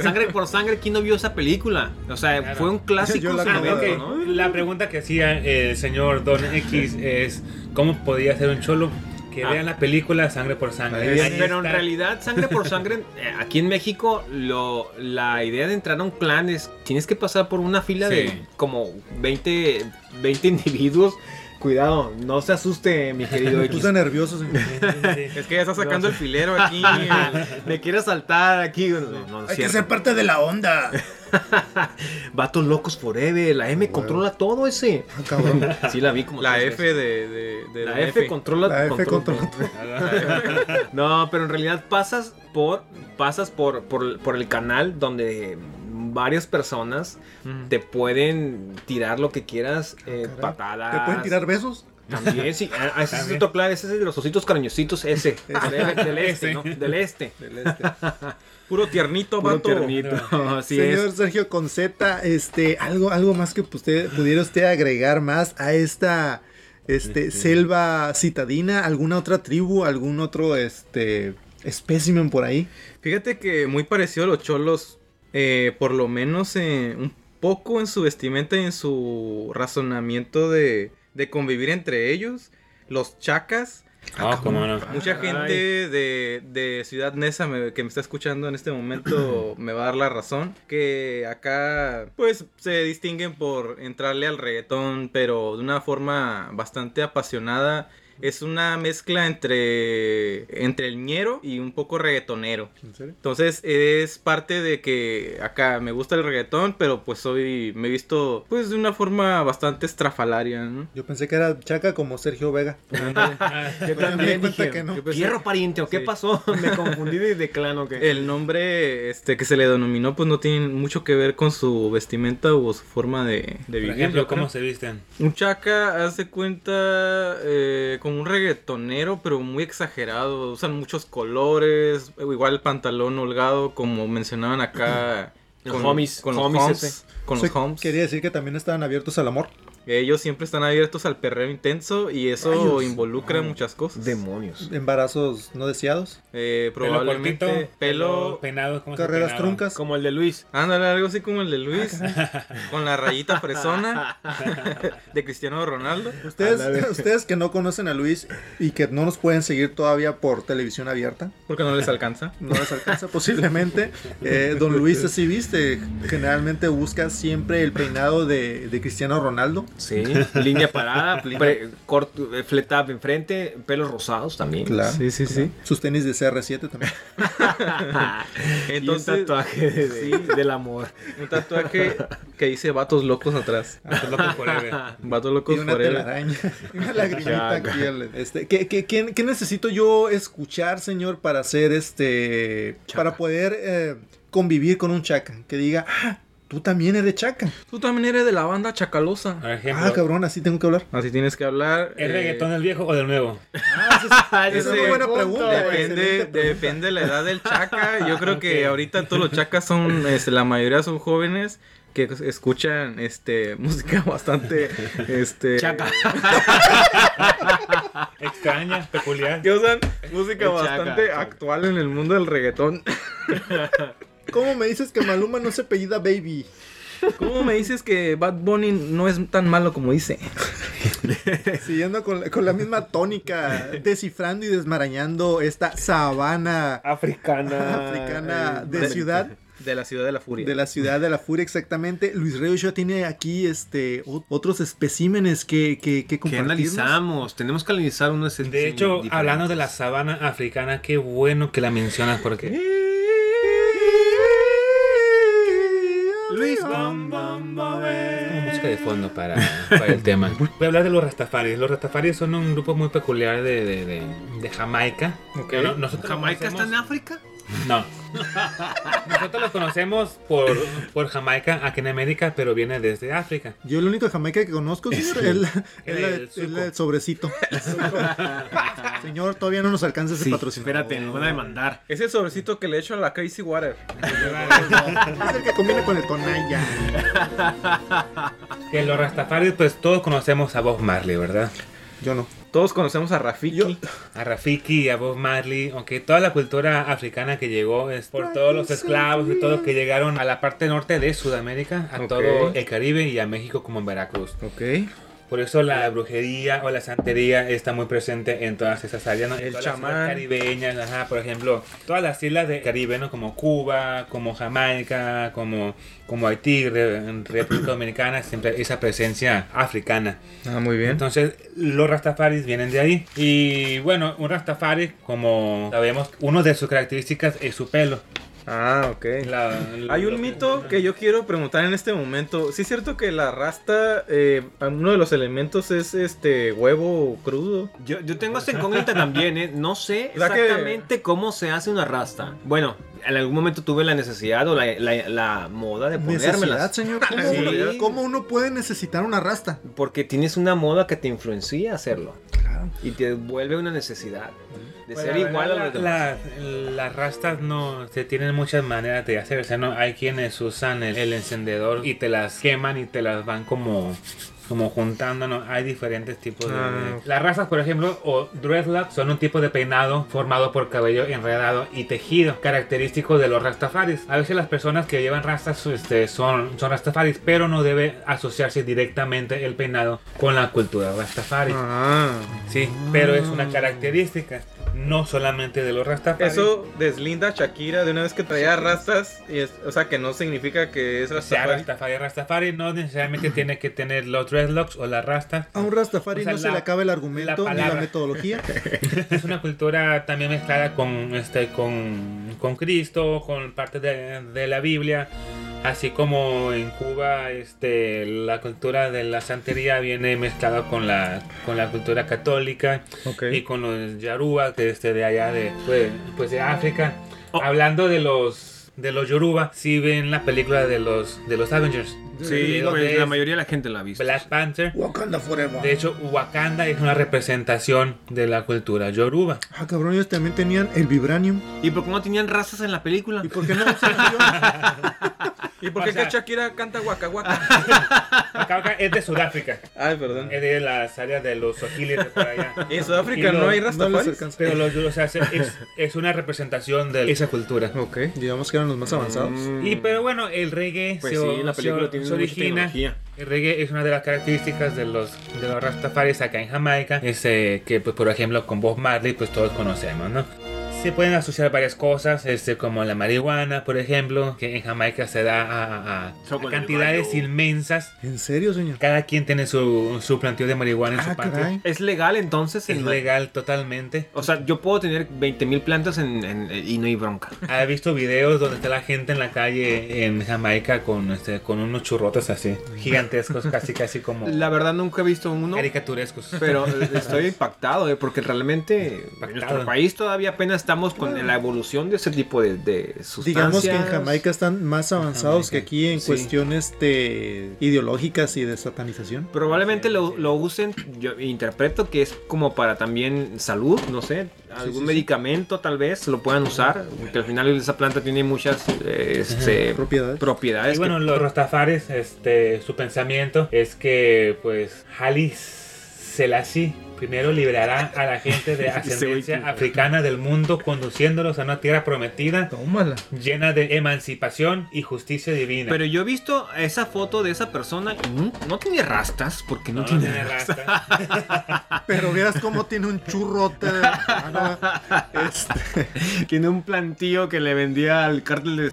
S5: Sangre por sangre, ¿quién no vio esa película? O sea,
S2: Claro.
S5: fue un clásico
S3: Yo
S5: en
S3: la
S5: su
S2: Ah,
S5: momento,
S2: ok.
S5: ¿no?
S2: La pregunta que hacía el señor Don X es ¿Cómo podía ser un cholo? Que
S5: Ah.
S2: vean la película Sangre por Sangre.
S3: Ahí viene.
S2: Ahí
S5: Pero en
S2: está.
S5: realidad, sangre por sangre, eh, aquí en México, lo, la idea de entrar a un clan es, tienes que pasar por una fila
S2: Sí.
S5: de como 20, 20 individuos. Cuidado, no se asuste, mi querido
S3: Me
S5: X.
S3: puse nervioso. señor.
S2: <laughs>
S1: Es que ya está sacando el filero
S5: <laughs>
S1: aquí. el-
S5: Me quiere saltar aquí. No, no, no es
S3: Hay que
S5: cierto.
S3: ser parte de la onda.
S5: <laughs> Vatos locos forever. La M
S3: Bueno.
S5: controla todo ese.
S3: Ah, cabrón.
S5: Sí, la vi como
S1: La
S5: tres
S1: F
S5: veces.
S1: de, de, de
S5: La
S1: Don
S5: F controla
S3: La F
S5: controla-
S3: contra
S5: <laughs> No, pero en realidad pasas por pasas por, por, por el canal donde varias personas
S1: Ujú.
S5: te pueden tirar lo que quieras, eh,
S3: Ah, caray.
S5: patadas.
S3: ¿Te pueden tirar besos?
S5: También, sí. Ah, ah, ese es otro claro, ese es el de los ositos
S3: <laughs>
S5: cariñositos, ese. Del, del este, ¿no? Del <laughs> este.
S1: Puro tiernito,
S5: Puro
S1: vato.
S5: tiernito, así es.
S3: Señor Sergio Conceta, este, algo, algo más que usted pudiera usted agregar más a esta este, selva citadina, alguna otra tribu, algún otro este espécimen por ahí.
S1: Fíjate que muy parecido a los cholos, eh, por lo menos eh, un poco en su vestimenta y en su razonamiento de, de convivir entre ellos. Los chacas,
S2: Ah, cómo no.
S1: mucha gente de, de Ciudad Neza me- que me está escuchando en este momento
S3: <clears throat>
S1: me va a dar la razón. Que acá, pues, se distinguen por entrarle al reggaetón, pero de una forma bastante apasionada. Es una mezcla entre, entre el ñero y un poco reggaetonero.
S3: ¿En serio?
S1: Entonces es parte de que acá me gusta el reggaetón, pero pues soy, me he visto pues de una forma bastante estrafalaria, ¿no?
S3: Yo pensé que era chaca como Sergio Vega.
S5: Yo
S3: Pero me di
S5: también
S3: cuenta
S5: dije,
S3: que no.
S1: Yo pensé-
S5: "Fierro, pariente, ¿o qué
S1: Sí.
S5: pasó? <laughs> Me confundí de, de clan, ¿o qué?
S1: El nombre este, que se le denominó pues no tiene mucho que ver con su vestimenta o su forma de, de
S2: Por
S1: vivir.
S2: ejemplo,
S1: yo creo.
S2: ¿cómo se visten?
S1: Un chaca hace cuenta eh, como un reggaetonero, pero muy exagerado. Usan muchos colores, igual el pantalón holgado, como mencionaban acá.
S5: El homies,
S1: Con los
S5: homies
S1: homes,
S5: ese.
S1: Con
S3: O
S1: los
S3: sea,
S1: homes.
S3: Quería decir que también estaban abiertos al amor.
S1: Ellos siempre están abiertos al perreo intenso y eso involucra muchas cosas.
S5: Demonios.
S3: Embarazos no deseados.
S1: Eh,
S2: Pelo
S1: probablemente
S2: cortito,
S1: pelo,
S2: penado. ¿cómo se
S3: Carreras
S2: penaba?
S3: truncas.
S5: <laughs> Como el de Luis.
S1: Ándale, algo así como el de Luis, con la rayita fresona de Cristiano Ronaldo.
S3: Ustedes, ustedes que no conocen a Luis y que no nos pueden seguir todavía por televisión abierta,
S1: Porque no les alcanza.
S3: no les alcanza <laughs> posiblemente. eh, don Luis así viste, generalmente busca siempre el peinado de, de Cristiano Ronaldo.
S5: Sí. <laughs> Línea parada, <laughs> pre- corto, eh, fletab enfrente, pelos rosados también.
S1: Sí, sí, sí.
S3: Sus tenis de
S1: <laughs>
S3: CR7 también.
S5: Entonces,
S1: Entonces-
S5: un tatuaje de- de-
S1: Sí.
S5: del amor.
S1: Un tatuaje que dice vatos locos atrás.
S2: Hasta Ah, pues loco <laughs> forever.
S1: Vatos
S3: Y
S1: locos
S3: una
S1: forever.
S3: telaraña. <laughs> Una lagrimita
S5: Chaca.
S3: aquí. al- este, ¿qué, qué, qué- qué necesito yo escuchar, señor, para hacer este.
S5: Chaca.
S3: Para poder eh, convivir con un chaca? Que diga, ah, tú también eres chaca.
S1: Tú también eres de la banda Chacalosa.
S2: Por ejemplo,
S3: Ah, cabrón, así tengo que hablar.
S1: Así tienes que hablar.
S2: ¿Es
S1: eh,
S2: reggaetón el viejo o del nuevo?
S3: Esa Ah, es
S1: Ah, Ese-
S3: muy buena
S1: punto,
S3: pregunta.
S1: Depende,
S3: excelente pregunta.
S1: depende de la edad del chaca. Yo creo que
S2: Ok.
S1: ahorita todos los chacas son, este, la mayoría son jóvenes que escuchan este música <laughs> bastante este
S5: Chaca.
S2: Extraña, peculiar.
S1: que usan música
S5: El chaca,
S1: bastante
S5: chaca.
S1: actual en el mundo del reggaetón.
S3: ¿Cómo me dices que Maluma no se apellida Baby?
S1: ¿Cómo me dices que Bad Bunny no es tan malo como dice?
S3: Siguiendo con, la- con la misma tónica, descifrando y desmarañando esta sabana
S5: Africana.
S3: africana Ah,
S1: Eh,
S3: de ciudad.
S1: De la ciudad de la furia.
S3: De la ciudad de la furia, exactamente. Luis Reyes ya tiene aquí este o- otros especímenes que, que, que
S5: Que
S3: compartirnos.
S5: analizamos? Tenemos que analizar uno ese.
S2: De hecho, hablando de la sabana africana, qué bueno que la mencionas porque...
S5: Luis.
S2: Como música de fondo para, para el
S3: <laughs>
S2: tema. Voy a hablar de los rastafaris. Los rastafaris son un grupo muy peculiar de, de- de- de Jamaica. No, nosotros
S5: ¿Jamaica está en
S2: conocemos-
S5: África?
S2: No. <laughs> Nosotros los conocemos por, por Jamaica aquí en América, pero viene desde África.
S3: Yo el único de Jamaica que conozco, señor, es, la-
S2: el
S3: es la-
S2: suco.
S3: es la del sobrecito. señor, todavía no nos alcanza ese patrocinador.
S5: Espérate, nos van a demandar.
S1: Es el sobrecito que le echo a la Crazy Water.
S3: Es el que combina con el tonaya.
S2: Que los rastafaris, pues todos conocemos a Bob Marley, ¿verdad?
S3: Yo no.
S1: Todos conocemos a Rafiki.
S2: A Rafiki, a Bob Marley, aunque toda la cultura africana que llegó es por todos los esclavos y todos que llegaron a la parte norte de Sudamérica, a
S1: Ok.
S2: todo el Caribe y a México como en Veracruz.
S1: Ok.
S2: Por eso la brujería o la santería está muy presente en todas esas áreas, ¿no? En
S1: El
S2: todas las
S1: chamán.
S2: islas caribeñas, ajá, por ejemplo, todas las islas de Caribe, ¿no? Como Cuba, como Jamaica, como, como Haití, Re- República Dominicana, siempre hay esa presencia africana.
S1: Ah, muy bien.
S2: Entonces, los rastafaris vienen de ahí. Y bueno, un rastafari, como sabemos, una de sus características es su pelo.
S1: Ah, ok.
S2: La-
S1: Hay
S2: lo-
S1: un mito que yo quiero preguntar en este momento. Sí es cierto que la rasta, eh, uno de los elementos es este huevo crudo.
S5: Yo, yo tengo
S2: <laughs>
S5: esta incógnita también, ¿eh? No sé
S1: O sea que-
S5: exactamente cómo se hace una rasta. Bueno, en algún momento tuve la necesidad o la, la- la moda de
S3: Necesidad,
S5: ponérmelas.
S3: señor. ¿Cómo,
S5: Sí.
S3: uno, cómo uno puede necesitar una rasta?
S5: Porque tienes una moda que te influencia a hacerlo. Y te vuelve una necesidad de
S2: Pues,
S5: ser
S2: la
S5: igual
S2: verdad,
S5: a los
S2: la-
S5: demás.
S2: las- las rastas no se tienen muchas maneras de hacerse, ¿no? Hay quienes usan el, el encendedor y te las queman y te las van como como juntando, ¿no? Hay diferentes tipos de...
S1: Ah, ok.
S2: Las rastas, por ejemplo, o dreadlocks son un tipo de peinado formado por cabello enredado y tejido, característico de los rastafaris. A veces las personas que llevan rastas este, son, son rastafaris, pero no debe asociarse directamente el peinado con la cultura rastafari.
S1: Ah.
S2: Sí, pero es una característica, no solamente de los rastafaris.
S1: Eso deslinda a Shakira de una vez que traía rastas. y es- o sea, que no significa que es Pues,
S2: sea
S1: rastafari.
S2: rastafari, rastafari no necesariamente tiene que tener los dreadlocks o
S1: <laughs>
S2: las rastas.
S3: A un rastafari
S2: O sea,
S3: no se
S2: la-
S3: le acaba el argumento
S2: la
S3: ni la
S2: palabra.
S3: metodología.
S2: Es una cultura también mezclada con este con, con Cristo, con parte de, de la Biblia, así como en Cuba este la cultura de la santería viene mezclada con la con la cultura católica.
S1: Ok.
S2: y con los Yaruba, que este de allá de, pues, pues de África.
S5: Oh.
S2: Hablando de los de los Yoruba sí ven la película de los, de los Avengers.
S5: Sí,
S2: Lo
S5: pues,
S2: que
S5: la
S2: es
S5: mayoría de la gente la ha visto.
S2: Black Panther.
S3: Wakanda Forever.
S2: De hecho, Wakanda es una representación de la cultura Yoruba.
S3: Ah, cabrón, ellos también tenían el vibranium.
S5: ¿Y por qué no tenían razas en la película?
S3: ¿Y por qué no?
S1: ¿Y por qué
S2: O sea-
S1: que Shakira canta Waka Waka?
S5: <laughs>
S2: Acá, acá es de Sudáfrica.
S1: Ay, perdón.
S2: Es de las áreas de los Sojiles de por allá.
S1: En Sudáfrica
S2: Y
S1: no
S2: lo-
S1: hay
S3: No les
S1: Rastafaris.
S3: alcanza.
S2: Pero los Yoruba, o sea, es- es, es una representación de esa cultura.
S1: ok.
S3: Digamos que eran los más avanzados.
S2: Y pero bueno, el reggae se,
S5: Pues sí, la
S2: se-
S5: película tiene
S2: se
S5: mucha
S2: origina.
S5: tecnología.
S2: El reggae es una de las características de los de los rastafaris acá en Jamaica, este, que pues por ejemplo con Bob Marley pues todos conocemos, ¿no? Se pueden asociar varias cosas, este, como la marihuana, por ejemplo, que en Jamaica se da a- a- a-
S5: Son
S2: a
S5: con el
S2: cantidades
S5: baño.
S2: inmensas.
S3: ¿En serio, señor?
S2: Cada quien tiene su, su planteo de marihuana en
S3: Ah,
S2: su patio.
S3: caray.
S5: ¿Es legal entonces?
S2: Es
S5: en la-
S2: legal totalmente.
S5: O sea, yo puedo tener 20.000 plantas en, en- y no hay bronca.
S2: ¿Has visto videos donde está la gente en la calle en Jamaica con, este, con unos churrotes así, gigantescos, casi casi como
S5: La verdad nunca he visto uno.
S2: caricaturescos?
S5: Pero eh, estoy impactado, eh, porque realmente
S2: Impactado.
S5: en nuestro país todavía apenas estamos con la evolución de ese tipo de, de
S3: Digamos
S5: sustancias.
S3: que en Jamaica están más avanzados que aquí en
S5: Sí.
S3: cuestiones este, ideológicas y de satanización.
S5: Probablemente lo, lo usen, yo interpreto que es como para también salud, no sé, algún
S3: sí, sí.
S5: medicamento tal vez lo puedan usar, que al final esa planta tiene muchas eh, este,
S3: Propiedades.
S5: propiedades.
S2: Y
S5: que-
S2: bueno, los Rastafares, este, su pensamiento es que, pues, Haile Selassie primero liberará a la gente de ascendencia africana del mundo, conduciéndolos a una tierra prometida
S1: Tómala.
S2: llena de emancipación y justicia divina.
S5: pero yo he visto esa foto de esa persona y no, no tiene rastas, porque no,
S2: no,
S5: tiene,
S2: tiene
S5: rastas.
S2: rasta.
S3: Ah, Pero vieras cómo tiene un churrote de Ah, marihuana. Este,
S5: Tiene un plantío que le vendía al cártel de...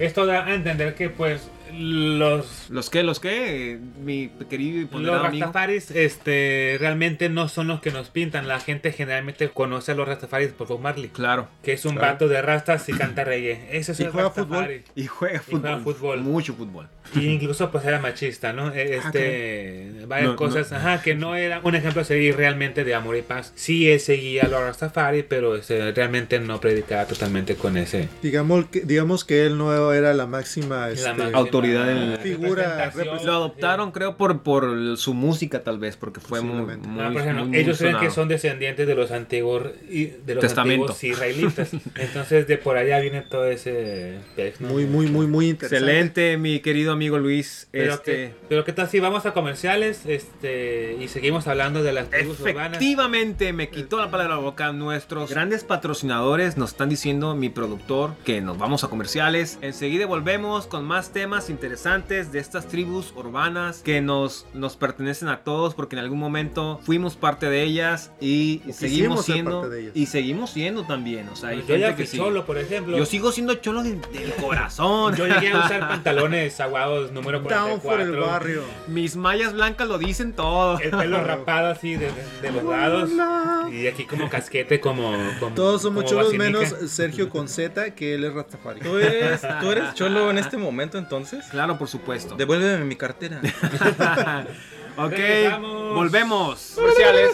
S2: Esto da a entender que, pues, los
S5: ¿Los qué? ¿Los qué? eh, Mi querido y
S2: Los
S5: ponderado amigo.
S2: rastafaris este, realmente no son los que nos pintan. La gente generalmente conoce a los rastafaris por Bob Marley,
S5: Claro.
S2: que es un vato de rastas y canta reggae. Eso es
S3: Y
S2: el
S3: juega
S2: rastafari.
S5: Y juega
S2: Y
S5: fútbol.
S2: juega fútbol.
S5: Mucho fútbol.
S2: Y incluso pues era machista, ¿no?
S3: Ah,
S2: Eh, Este, varias
S5: No,
S2: cosas, ajá, que no era un ejemplo a seguir realmente de amor y paz. Sí, él seguía a los rastafari, pero este, realmente no predicaba totalmente con ese
S3: digamos, que, digamos que él no era la máxima. este,
S2: la máxima
S5: autoridad en la-
S3: Figura,
S2: representación.
S5: Pues Lo adoptaron, creo, por, por su música, tal vez, porque fue muy.
S3: Posiblemente.
S5: muy-
S2: Ah, por ejemplo,
S5: muy- muy
S2: ellos creen que
S5: sonado.
S2: son descendientes de los antiguos y de los
S5: Testamento.
S2: antiguos israelitas. Entonces de por allá viene todo ese pez, ¿no?
S3: Muy, muy, muy, muy interesante.
S5: Excelente, mi querido amigo Luis.
S2: Pero,
S5: este.
S2: que- pero qué tal si vamos a comerciales este y seguimos hablando de las tribus urbanas.
S5: Efectivamente, me quitó la palabra de la boca. Nuestros grandes patrocinadores nos están diciendo, mi productor, que nos vamos a comerciales. Enseguida volvemos con más temas interesantes de estas tribus urbanas que nos, nos pertenecen a todos porque en algún momento fuimos parte de ellas y
S3: O
S5: seguimos
S3: quisimos ser
S5: siendo.
S3: parte de ellas.
S5: Y seguimos siendo también. O sea, hay
S2: Pues Yo
S5: gente
S2: ya fui
S5: que sí.
S2: cholo, por ejemplo.
S5: Yo sigo siendo cholo de- del corazón.
S2: <laughs> Yo llegué a usar pantalones aguados número
S3: Down for
S2: 44.
S3: el barrio.
S5: Mis mallas blancas lo dicen todo.
S2: El pelo rapado así de, de- de los lados. Y aquí como casquete, como. como-
S3: Todos somos
S2: como
S3: cholos
S2: vacinica.
S3: menos Sergio con Z, que él es Rastafari.
S1: ¿Tú eres, ¿Tú eres cholo en este momento entonces?
S5: Claro, por supuesto.
S1: Devuélveme mi cartera.
S5: ok,
S2: Regresamos.
S5: volvemos. Comerciales.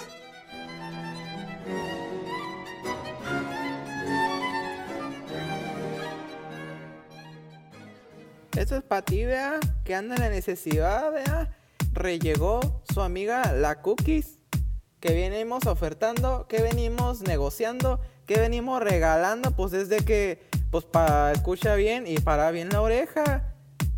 S10: Esto es para ti, vea, que anda en la necesidad, vea. Rellegó su amiga la Cookies, que venimos ofertando, que venimos negociando, que venimos regalando, pues desde que, pues para escucha bien y para bien la oreja.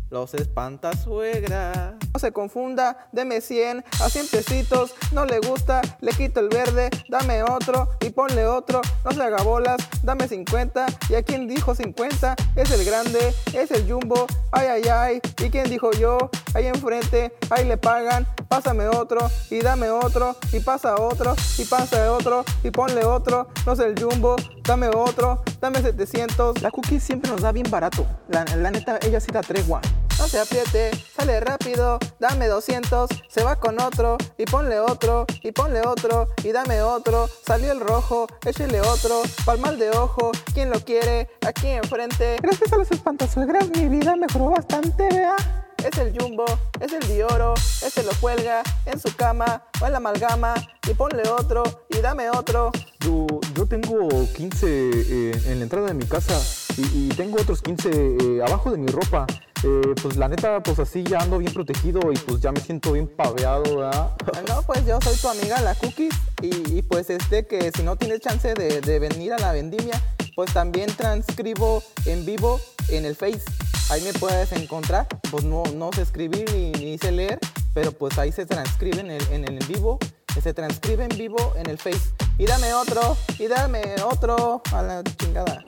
S10: Los espanta suegra. No se confunda, deme 100 a 100 pesitos. No le gusta, le quito el verde. Dame otro y ponle otro. No se haga bolas, dame 50. ¿Y a quién dijo 50? Es el grande, es el jumbo. Ay, ay, ay. ¿Y quién dijo yo? Ahí enfrente, ahí le pagan. Pásame otro y dame otro. Y pasa otro y pasa otro y ponle otro. No es el jumbo, dame otro, dame 700. La cookie siempre nos da bien barato. La, la neta, ella sí da tregua. No se apriete, sale rápido, dame 200, se va con otro, y ponle otro, y ponle otro, y dame otro, salió el rojo, échele otro, pa'l mal de ojo, quien lo quiere, aquí enfrente. Gracias a los espantazuegras mi vida mejoró bastante, vea. Es el jumbo, es el dioro, ese lo cuelga en su cama o en la amalgama, y ponle otro, y dame otro.
S11: Yo, yo tengo 15 eh, en la entrada de mi casa.
S9: y, y tengo otros 15 eh, abajo de mi ropa. Eh, pues la neta, pues así ya ando bien protegido y pues ya me siento bien paveado, ¿verdad?
S10: <laughs> No, pues yo soy tu amiga la Cookies y, y pues este que si no tienes chance de, de venir a la vendimia, pues también transcribo en vivo en el Face. Ahí me puedes encontrar, pues no, no sé escribir ni, ni sé leer, pero pues ahí se transcribe en el, en el en vivo, se transcribe en vivo en el Face. Y dame otro, y dame otro, a la chingada.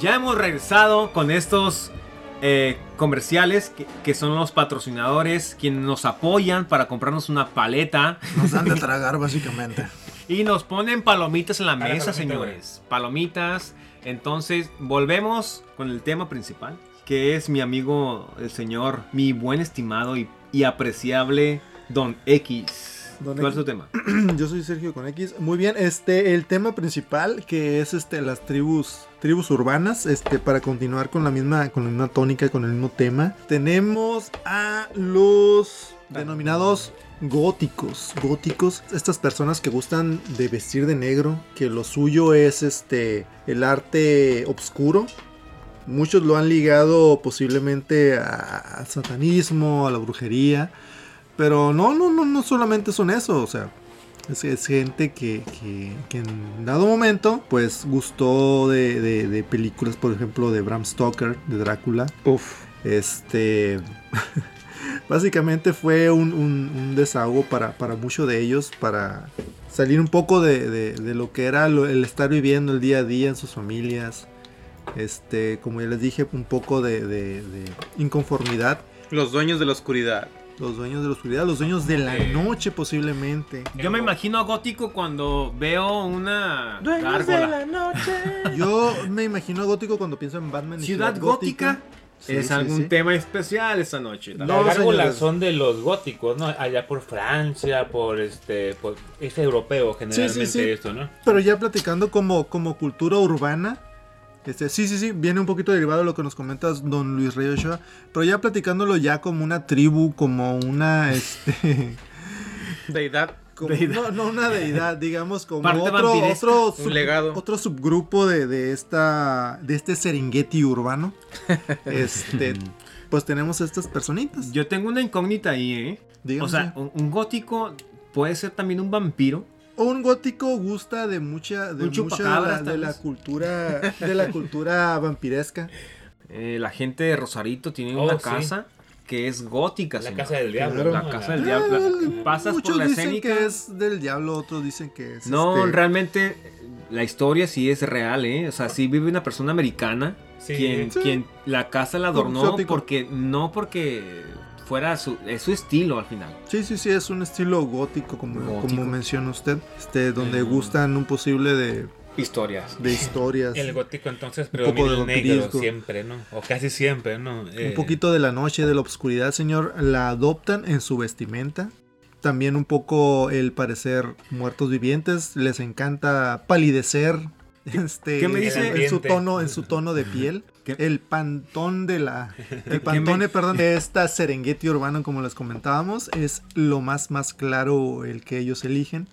S5: Ya hemos regresado con estos eh, comerciales que, que son los patrocinadores quienes nos apoyan para comprarnos una paleta
S3: Nos dan de tragar, básicamente.
S5: y nos ponen palomitas en la
S2: Para
S5: mesa,
S2: palomita,
S5: señores. Palomitas. Entonces, volvemos con el tema principal, que es mi amigo, el señor, mi buen estimado y, y apreciable Don X.
S3: Don
S5: ¿Cuál es
S3: X.
S5: tu tema?
S3: <clears throat> Yo soy Sergio con X. Muy bien, este, el tema principal que es este, las tribus, tribus urbanas, este, para continuar con la misma, con la misma tónica, con el mismo tema, tenemos a los denominados góticos, góticos, estas personas que gustan de vestir de negro, que lo suyo es este, el arte obscuro. Muchos lo han ligado posiblemente a- al satanismo, a la brujería, pero no, no, no, no solamente son eso, o sea, es, es gente que, que- que en dado momento, pues gustó de, de- de películas, por ejemplo, de Bram Stoker, de Drácula. Uf. Este. <laughs> básicamente fue un, un- un desahogo para, para muchos de ellos, para salir un poco de, de- de lo que era lo- el estar viviendo el día a día en sus familias. Este, como ya les dije, un poco de- de- de inconformidad.
S1: Los dueños de la oscuridad.
S3: Los dueños de la oscuridad, los dueños de la
S5: Eh.
S3: noche posiblemente.
S5: Yo me imagino a Gótico cuando veo una gárgola.
S10: noche.
S3: Yo me imagino a gótico cuando pienso en Batman. y
S5: Ciudad Gótica
S3: Sí,
S5: es
S3: sí,
S5: algún
S3: sí.
S5: tema especial esta noche.
S3: No,
S5: tal
S2: Las
S5: vez.
S2: gárgolas
S3: señores.
S2: son de los góticos, ¿no? Allá por Francia, por este, por es europeo generalmente
S3: Sí, sí, sí.
S2: esto, ¿no?
S3: Pero ya platicando como, como cultura urbana. Este, sí, sí, sí, viene un poquito derivado de lo que nos comentas don Luis Rey Ochoa, pero ya platicándolo ya como una tribu, como una, este, <laughs>
S1: Deidad.
S3: como- no, no una deidad, digamos, como
S5: Parte
S3: otro,
S5: vampiresca,
S3: otro,
S1: un legado.
S3: otro subgrupo de, de esta, de este Serengeti
S5: <laughs>
S3: urbano, este, pues tenemos estas personitas,
S5: Yo tengo una incógnita ahí, ¿eh?
S3: digamos.
S5: O sea, un, un gótico puede ser también un vampiro.
S3: Un gótico gusta de mucha, de mucha de
S5: Un
S3: la,
S5: chupacabras,
S3: de
S5: tal
S3: la
S5: vez. <laughs>
S3: cultura, de la cultura vampiresca.
S5: Eh, la gente de Rosarito tiene
S2: Oh,
S5: una
S2: sí.
S5: casa que es gótica.
S2: La
S5: señor.
S2: casa del diablo.
S3: Claro.
S2: ¿no?
S5: La casa del diablo.
S3: Eh,
S5: Pasas por
S3: Muchos
S5: la
S3: dicen
S5: escénica.
S3: que es del diablo, otros dicen que es.
S5: No,
S3: este,
S5: realmente la historia sí es real, ¿eh? O sea, sí vive una persona americana
S2: Sí.
S5: quien,
S3: Sí.
S5: quien la casa la adornó
S3: Exótico.
S5: porque no porque fuera su, es su estilo al final.
S3: Sí, sí, sí, es un estilo gótico, como,
S5: Gótico. Mm.
S3: como menciona usted, este, donde gustan un posible de,
S5: Historias. <laughs>
S3: de historias.
S2: El gótico entonces
S3: poco
S2: predomina
S3: de
S2: el negro
S3: vampirismo.
S2: siempre, ¿no? O casi siempre, ¿no? Eh,
S3: Un poquito de la noche, de la obscuridad, señor, la adoptan en su vestimenta. También un poco el parecer muertos vivientes, les encanta palidecer. <laughs> Este,
S5: qué me
S3: en-
S5: dice?
S3: en su
S2: Ambiente.
S3: tono, en su tono de piel.
S5: ¿Qué-
S3: El pantón de
S5: <laughs>
S3: la. El
S5: me-
S3: pantone, perdón, de esta Serengeti urbano, como les comentábamos, es lo más más claro el que ellos eligen.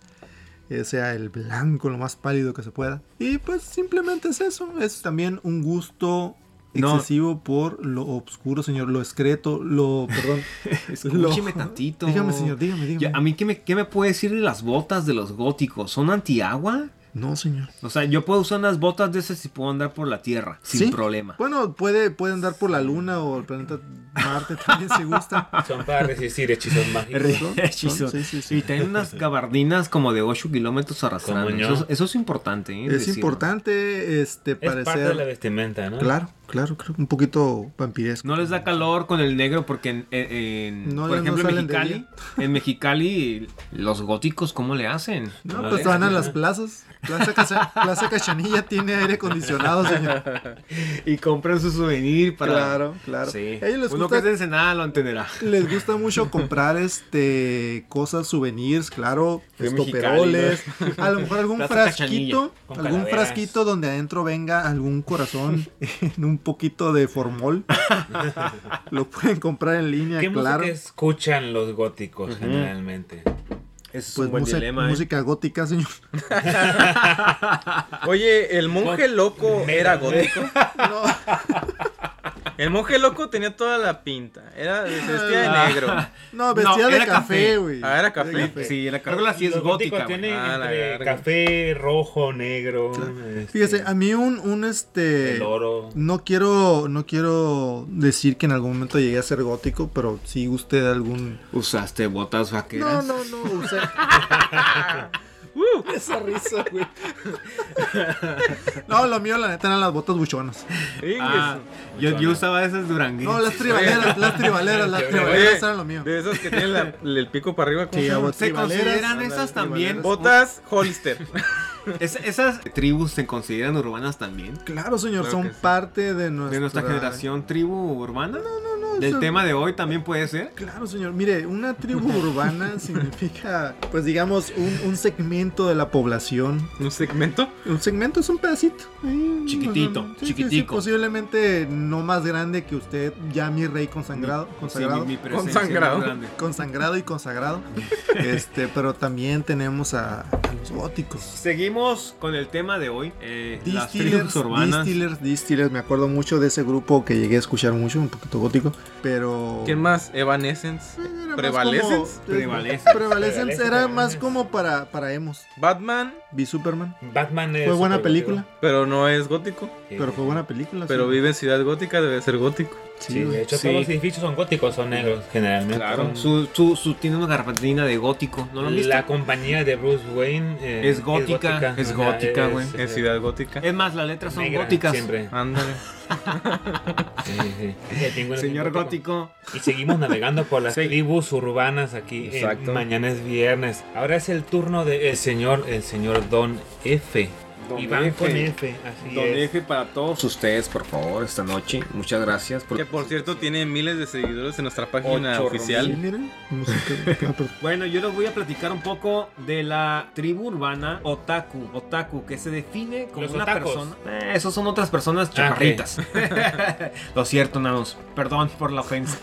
S3: eh, sea el blanco, lo más pálido que se pueda. Y pues simplemente es eso. Es también un gusto
S5: No.
S3: excesivo por lo oscuro, señor, lo excreto, lo. Perdón.
S5: <laughs> Escúcheme
S3: Lo-
S5: tantito.
S3: dígame, señor, dígame, dígame.
S5: Ya, a mí, ¿qué me, ¿qué me puede decir de las botas de los góticos? ¿Son antiagua?
S3: No, señor.
S5: O sea, yo puedo usar unas botas de esas si puedo andar por la tierra, sin
S3: ¿Sí?
S5: problema.
S3: Bueno, puede, puede andar por la luna o el planeta Marte también si gusta.
S5: <laughs>
S2: Son para resistir
S3: <laughs>
S2: hechizos mágicos.
S3: Son-
S5: Hechizo.
S3: son- sí, sí, sí.
S5: Y tienen
S3: <laughs>
S5: unas gabardinas como de 8 kilómetros arrastrando.
S2: Como yo.
S5: Eso, es- eso es importante. ¿eh?
S3: Es
S5: decirlo.
S3: importante este
S2: Es parte de la
S3: parecer.
S2: vestimenta, ¿no?
S3: Claro, claro, creo que un poquito vampiresco.
S5: No les da calor con el negro porque en, en- en-
S3: No,
S5: por
S3: ya no
S5: ejemplo
S3: salen
S5: en
S3: de
S5: Mexicali,
S3: <laughs>
S5: en Mexicali los góticos cómo le hacen?
S3: No, pues van a las plazas. Plaza, Casa- Plaza Cachanilla tiene aire acondicionado, señor.
S5: y compran su souvenir para
S3: Claro, claro.
S5: Sí.
S3: A ellos les
S5: Uno
S3: gusta-
S5: que es de Ensenada lo entenderá.
S3: Les gusta mucho comprar este cosas, souvenirs, claro,
S5: Fui a
S3: estoperoles,
S5: Mexicali, ¿no?
S3: a lo mejor algún
S5: Plaza
S3: frasquito,
S5: Cachanilla, con
S3: algún
S5: calaveras.
S3: frasquito donde adentro venga algún corazón <laughs> en un poquito de formol. lo pueden comprar en línea,
S2: ¿Qué
S3: claro.
S2: música escuchan los góticos
S5: Ujú.
S2: generalmente?
S5: Es
S3: Pues
S5: un buen
S3: música-
S5: dilema. ¿eh?
S3: música gótica,
S5: <laughs>
S3: señor.
S1: Oye, el monje loco era gótico.
S3: No.
S1: El monje loco tenía toda la pinta. Era se vestía de negro.
S3: No, vestida de
S5: era
S3: café,
S5: café.
S3: güey.
S1: Ah, era café.
S5: Sí,
S2: Creo
S5: la
S2: que
S5: cargola sí es
S2: los
S5: gótica.
S2: góticos tienen
S1: Ah, la
S2: entre
S1: verga.
S2: café, rojo, negro. este,
S3: Fíjese, a mí un, un este.
S2: el oro.
S3: No quiero, no quiero decir que en algún momento llegué a ser gótico, pero sí usted algún.
S5: güey. Usaste botas
S3: No,
S5: vaqueras.
S3: no, no, usé. <laughs> Esa risa, güey. no, lo mío, la neta, eran las botas buchonas.
S5: Ah, yo, yo usaba esas duranguitas.
S3: No, las tribaleras, las tribaleras, las tribaleras eran lo mío.
S1: De esas que tienen la- el pico para arriba. ¿cómo se
S3: Sí,
S1: llama?
S3: aguas.
S5: se
S3: tribaleras,
S5: consideran
S3: ándale,
S5: esas también.
S3: tribaleras.
S1: Botas Hollister.
S5: Es- esas tribus se consideran urbanas también.
S3: Claro, señor,
S1: Claro
S3: son
S1: que sí.
S3: parte de nuestra.
S5: De nuestra generación, tribu urbana.
S3: No, no,
S5: Del
S3: son-
S5: tema de hoy también puede ser.
S3: Claro, señor. Mire, una tribu urbana significa, pues digamos, un, un segmento de la población.
S1: Un segmento.
S3: Un segmento es un pedacito. ahí,
S5: Chiquitito,
S3: ajá, sí, sí, Sí,
S5: chiquitico.
S3: posiblemente no más grande que usted, ya mi rey consagrado. consagrado.
S5: Sí, mi, mi presencia es
S1: Consagrado.
S5: muy grande.
S3: Consagrado y
S5: <laughs>
S3: consagrado. este, pero también tenemos a, a los góticos.
S5: Seguimos con el tema de hoy. eh, las
S3: Distillers,
S5: tribus urbanas.
S3: Distillers, Distillers, me acuerdo mucho de ese grupo que llegué a escuchar mucho, un poquito gótico, pero...
S1: ¿Quién más? Evanescence.
S3: Era más
S1: ¿Prevalecence?
S3: como-
S5: Prevalecence.
S3: Prevalecence era
S2: Prevalecence.
S3: más como para, para emos.
S1: Batman,
S3: Vi Superman.
S2: Batman es
S3: Fue buena
S2: supergótico.
S3: película,
S1: pero no es gótico.
S2: Sí.
S3: pero fue buena película.
S1: Pero
S3: sí.
S1: vive en Ciudad Gótica, debe ser gótico.
S3: Sí,
S2: Sí,
S3: güey.
S2: de hecho
S5: Sí.
S2: todos los edificios son góticos, son negros generalmente.
S5: Claro.
S2: Son-
S5: Su, su, su- tiene una garbatina de gótico. ¿No lo han visto?
S2: La compañía de Bruce Wayne eh,
S5: Es gótica, es
S2: O sea,
S5: gótica, güey.
S1: En Ciudad Gótica.
S5: Es más, las letras son
S2: negra,
S5: góticas.
S2: Siempre.
S1: Ándale.
S2: Sí,
S5: <laughs>
S2: sí, sí. El pingüino
S5: Señor
S2: es gótico.
S5: gótico.
S2: Y seguimos navegando por las tribus urbanas aquí. en
S5: Exacto.
S2: mañana es viernes. Ahora es el turno de el señor, el señor Don F.
S5: Don
S2: y van
S5: F.
S2: con F, así
S5: Don
S2: es.
S5: F para todos ustedes, por favor, esta noche. Muchas gracias.
S1: Que por cierto tiene miles de seguidores en nuestra página
S5: Ocho
S3: Sí,
S1: oficial.
S3: mira, música- ah,
S5: <laughs>
S3: perdón.
S5: Bueno, yo les voy a platicar un poco de la tribu urbana otaku. Otaku, que se define como
S2: Los
S5: una
S2: otacos.
S5: persona. Eh, esos son otras personas <laughs> chaparritas. Lo cierto, nanos. Perdón por la ofensa.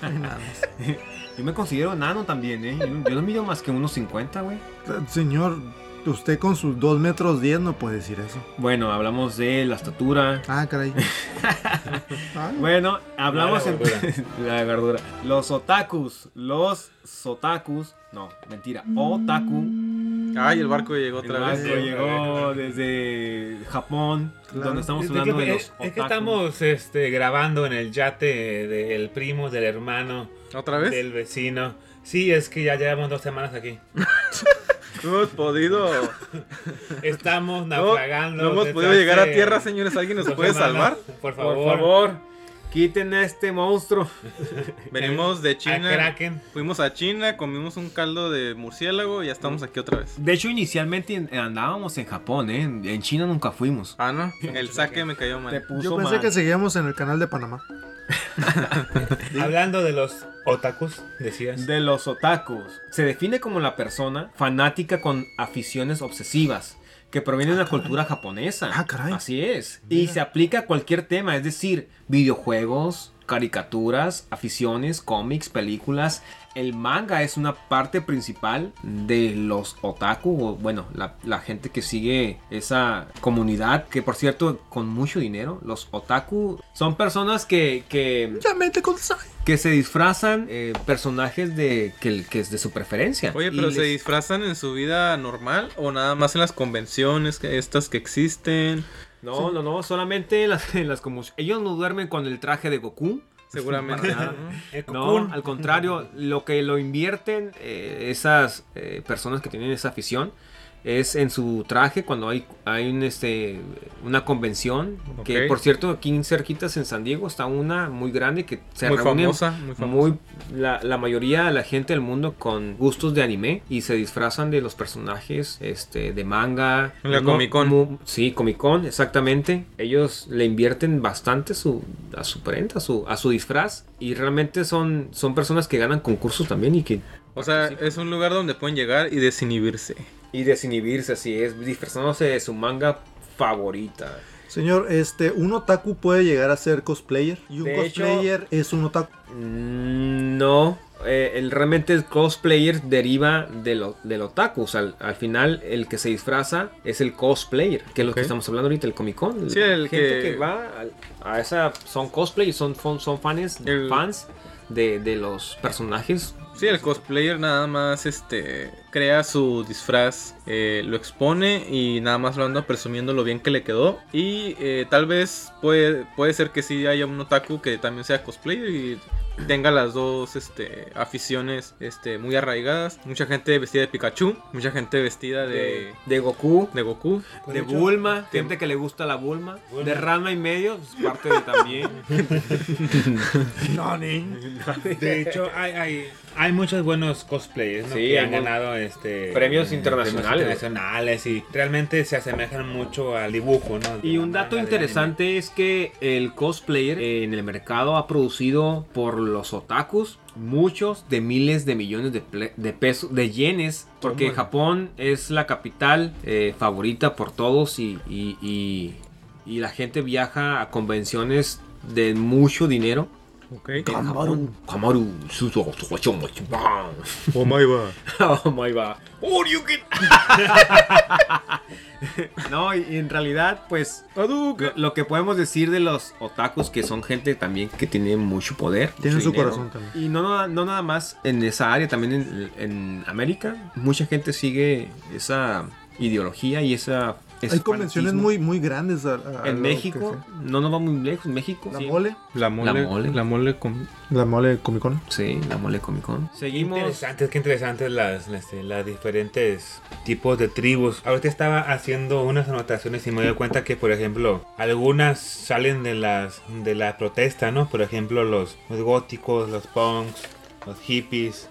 S5: yo me considero nano también, ¿eh? Yo, no- yo no mido más que unos 50, güey.
S3: Señor, usted con sus 2 metros 10 no puede decir eso.
S5: Bueno, hablamos de la estatura.
S3: Ah, caray. <laughs> Ah,
S5: Bueno, hablamos
S2: La
S5: en- <laughs> la gordura. Los otakus, los sotakus. No, mentira. Otaku.
S1: Ay, el barco llegó
S5: El
S1: otra
S5: barco
S1: vez.
S2: vez.
S5: llegó desde Japón,
S3: Claro.
S5: donde estamos
S2: Es
S5: hablando
S2: que-
S5: de los
S2: es- es que
S5: otaku.
S2: estamos este, grabando en el yate del primo, del hermano,
S1: ¿Otra vez?
S2: del vecino. Sí, es que ya llevamos dos semanas
S1: <laughs>
S2: aquí.
S1: No hemos podido, <laughs>
S2: Estamos
S1: no,
S2: naufragando.
S1: no hemos
S2: desde
S1: podido llegar a
S2: hace
S1: tierra, señores. ¿Alguien <laughs> nos
S2: dos
S1: puede
S2: semanas.
S1: salvar?
S2: Por
S5: Por
S2: favor.
S5: favor, quiten a este monstruo.
S1: Venimos de
S2: A
S1: China.
S2: Kraken.
S1: Fuimos a China, comimos un caldo de murciélago y ya estamos aquí otra vez.
S5: De hecho, inicialmente en- andábamos en Japón, ¿eh? En en China nunca fuimos.
S1: Ah, no. El saque me cayó
S5: Te
S1: mal.
S5: puso
S3: Yo pensé
S5: mal.
S3: que seguíamos en el canal de Panamá.
S2: Hablando de los otakus, decías.
S5: De los otakus. Se define como la persona fanática con aficiones obsesivas. Que proviene de la cultura japonesa.
S3: Ah, caray.
S5: Así es. Y se aplica a cualquier tema, es decir, videojuegos, caricaturas, aficiones, cómics, películas. El manga es una parte principal de los otaku, o bueno, la, la gente que sigue esa comunidad, que por cierto, con mucho dinero, los otaku son personas que, que
S3: Mente con Sai.
S5: que se disfrazan eh, personajes de que, que es de su preferencia.
S1: Oye,
S5: Y
S1: pero ¿se
S5: les-
S1: disfrazan en su vida normal o nada más en las convenciones que estas que existen?
S5: No, no, no, solamente en las, en las como ellos no duermen con el traje de Goku.
S1: Seguramente.
S5: Para nada.
S1: <laughs> ¿no?
S2: El cocoon.
S5: No, al contrario, lo que lo invierten eh, esas eh, personas que tienen esa afición es en su traje cuando hay, hay un este una convención, que
S1: Ok.
S5: por cierto aquí cerquitas en San Diego está una muy grande que se
S1: Muy
S5: reúne
S1: famosa, muy famosa.
S5: la, la mayoría de la gente del mundo con gustos de anime y se disfrazan de los personajes este, de manga.
S1: En la
S5: No,
S1: Comic Con.
S5: mu- sí, Comic Con, exactamente. Ellos le invierten bastante su, a su prenda, a su, a su disfraz y realmente son, son personas que ganan concursos también y que
S1: O sea, es un lugar donde pueden llegar y desinhibirse.
S5: Y desinhibirse, así es, disfrazándose de su manga favorita.
S3: Señor, este, un otaku puede llegar a ser cosplayer. Y un
S5: De hecho-
S3: cosplayer es un
S5: <laughs>
S3: otaku.
S5: Mm, No, eh, el, realmente el cosplayer deriva del, o- del otaku. O sea, al, al final el que se disfraza es el cosplayer, que es lo que
S1: Ok.
S5: estamos hablando ahorita, el Comic Con.
S1: Sí, el
S5: gente
S1: que-
S5: que, va al- a, esa. Son cosplayers, son, fon- son fans,
S1: El-
S5: fans de, de los personajes.
S1: Sí, el cosplayer nada más este crea su disfraz, eh, lo expone y nada más lo anda presumiendo lo bien que le quedó. Y eh, tal vez puede, puede ser que sí haya un otaku que también sea cosplayer y tenga las dos este, aficiones este, muy arraigadas. Mucha gente vestida de Pikachu, mucha gente vestida de,
S5: De Goku,
S1: de Goku,
S5: de,
S2: de hecho,
S5: Bulma, gente que le gusta la Bulma, de Rama y medio, es parte de
S1: <laughs>
S5: también.
S2: De hecho, hay, hay, hay muchos buenos cosplayers ¿no?
S5: Sí,
S2: que
S5: hay
S2: han
S5: muy-
S2: ganado este,
S5: premios
S2: eh,
S5: internacionales.
S2: premios internacionales y realmente se asemejan mucho al dibujo. ¿no?
S5: Y un dato interesante es que el cosplayer eh, en el mercado ha producido por los otakus muchos de miles de millones de, ple- de pesos, de yenes, porque
S2: Tómala.
S5: Japón es la capital eh, favorita por todos y, y- y- y la gente viaja a convenciones de mucho dinero.
S1: Ok.
S5: en Japón. Kamaru, su- su- su- su- su- su-
S3: Oh my god.
S5: Oh my god. Oh, you get- <laughs> no, y, y en realidad, pues. Lo, lo que podemos decir de los otakus, que son gente también que tiene mucho poder.
S3: Tienen
S5: mucho
S3: su
S5: dinero.
S3: corazón también.
S5: Y no, no, no nada más en esa área, también en, en América. Mucha gente sigue esa ideología y esa. ese
S3: Hay convenciones
S5: fanatismo.
S3: muy, muy grandes. a- a- a lo
S5: En
S3: que
S5: México,
S3: sea.
S5: no nos va muy lejos. en México.
S3: La
S5: sí.
S3: mole.
S1: La mole, la mole,
S5: mole.
S1: con...
S3: La mole de Comic Con.
S5: Sí, la mole Comic Con.
S2: Seguimos.
S5: Seguimos.
S2: Interesantes, qué interesantes las, las, este, las diferentes tipos de tribus. Ahorita estaba haciendo unas anotaciones y me doy cuenta que, por ejemplo, algunas salen de las de la protesta, ¿no? Por ejemplo, los, los góticos, los punks, los hippies.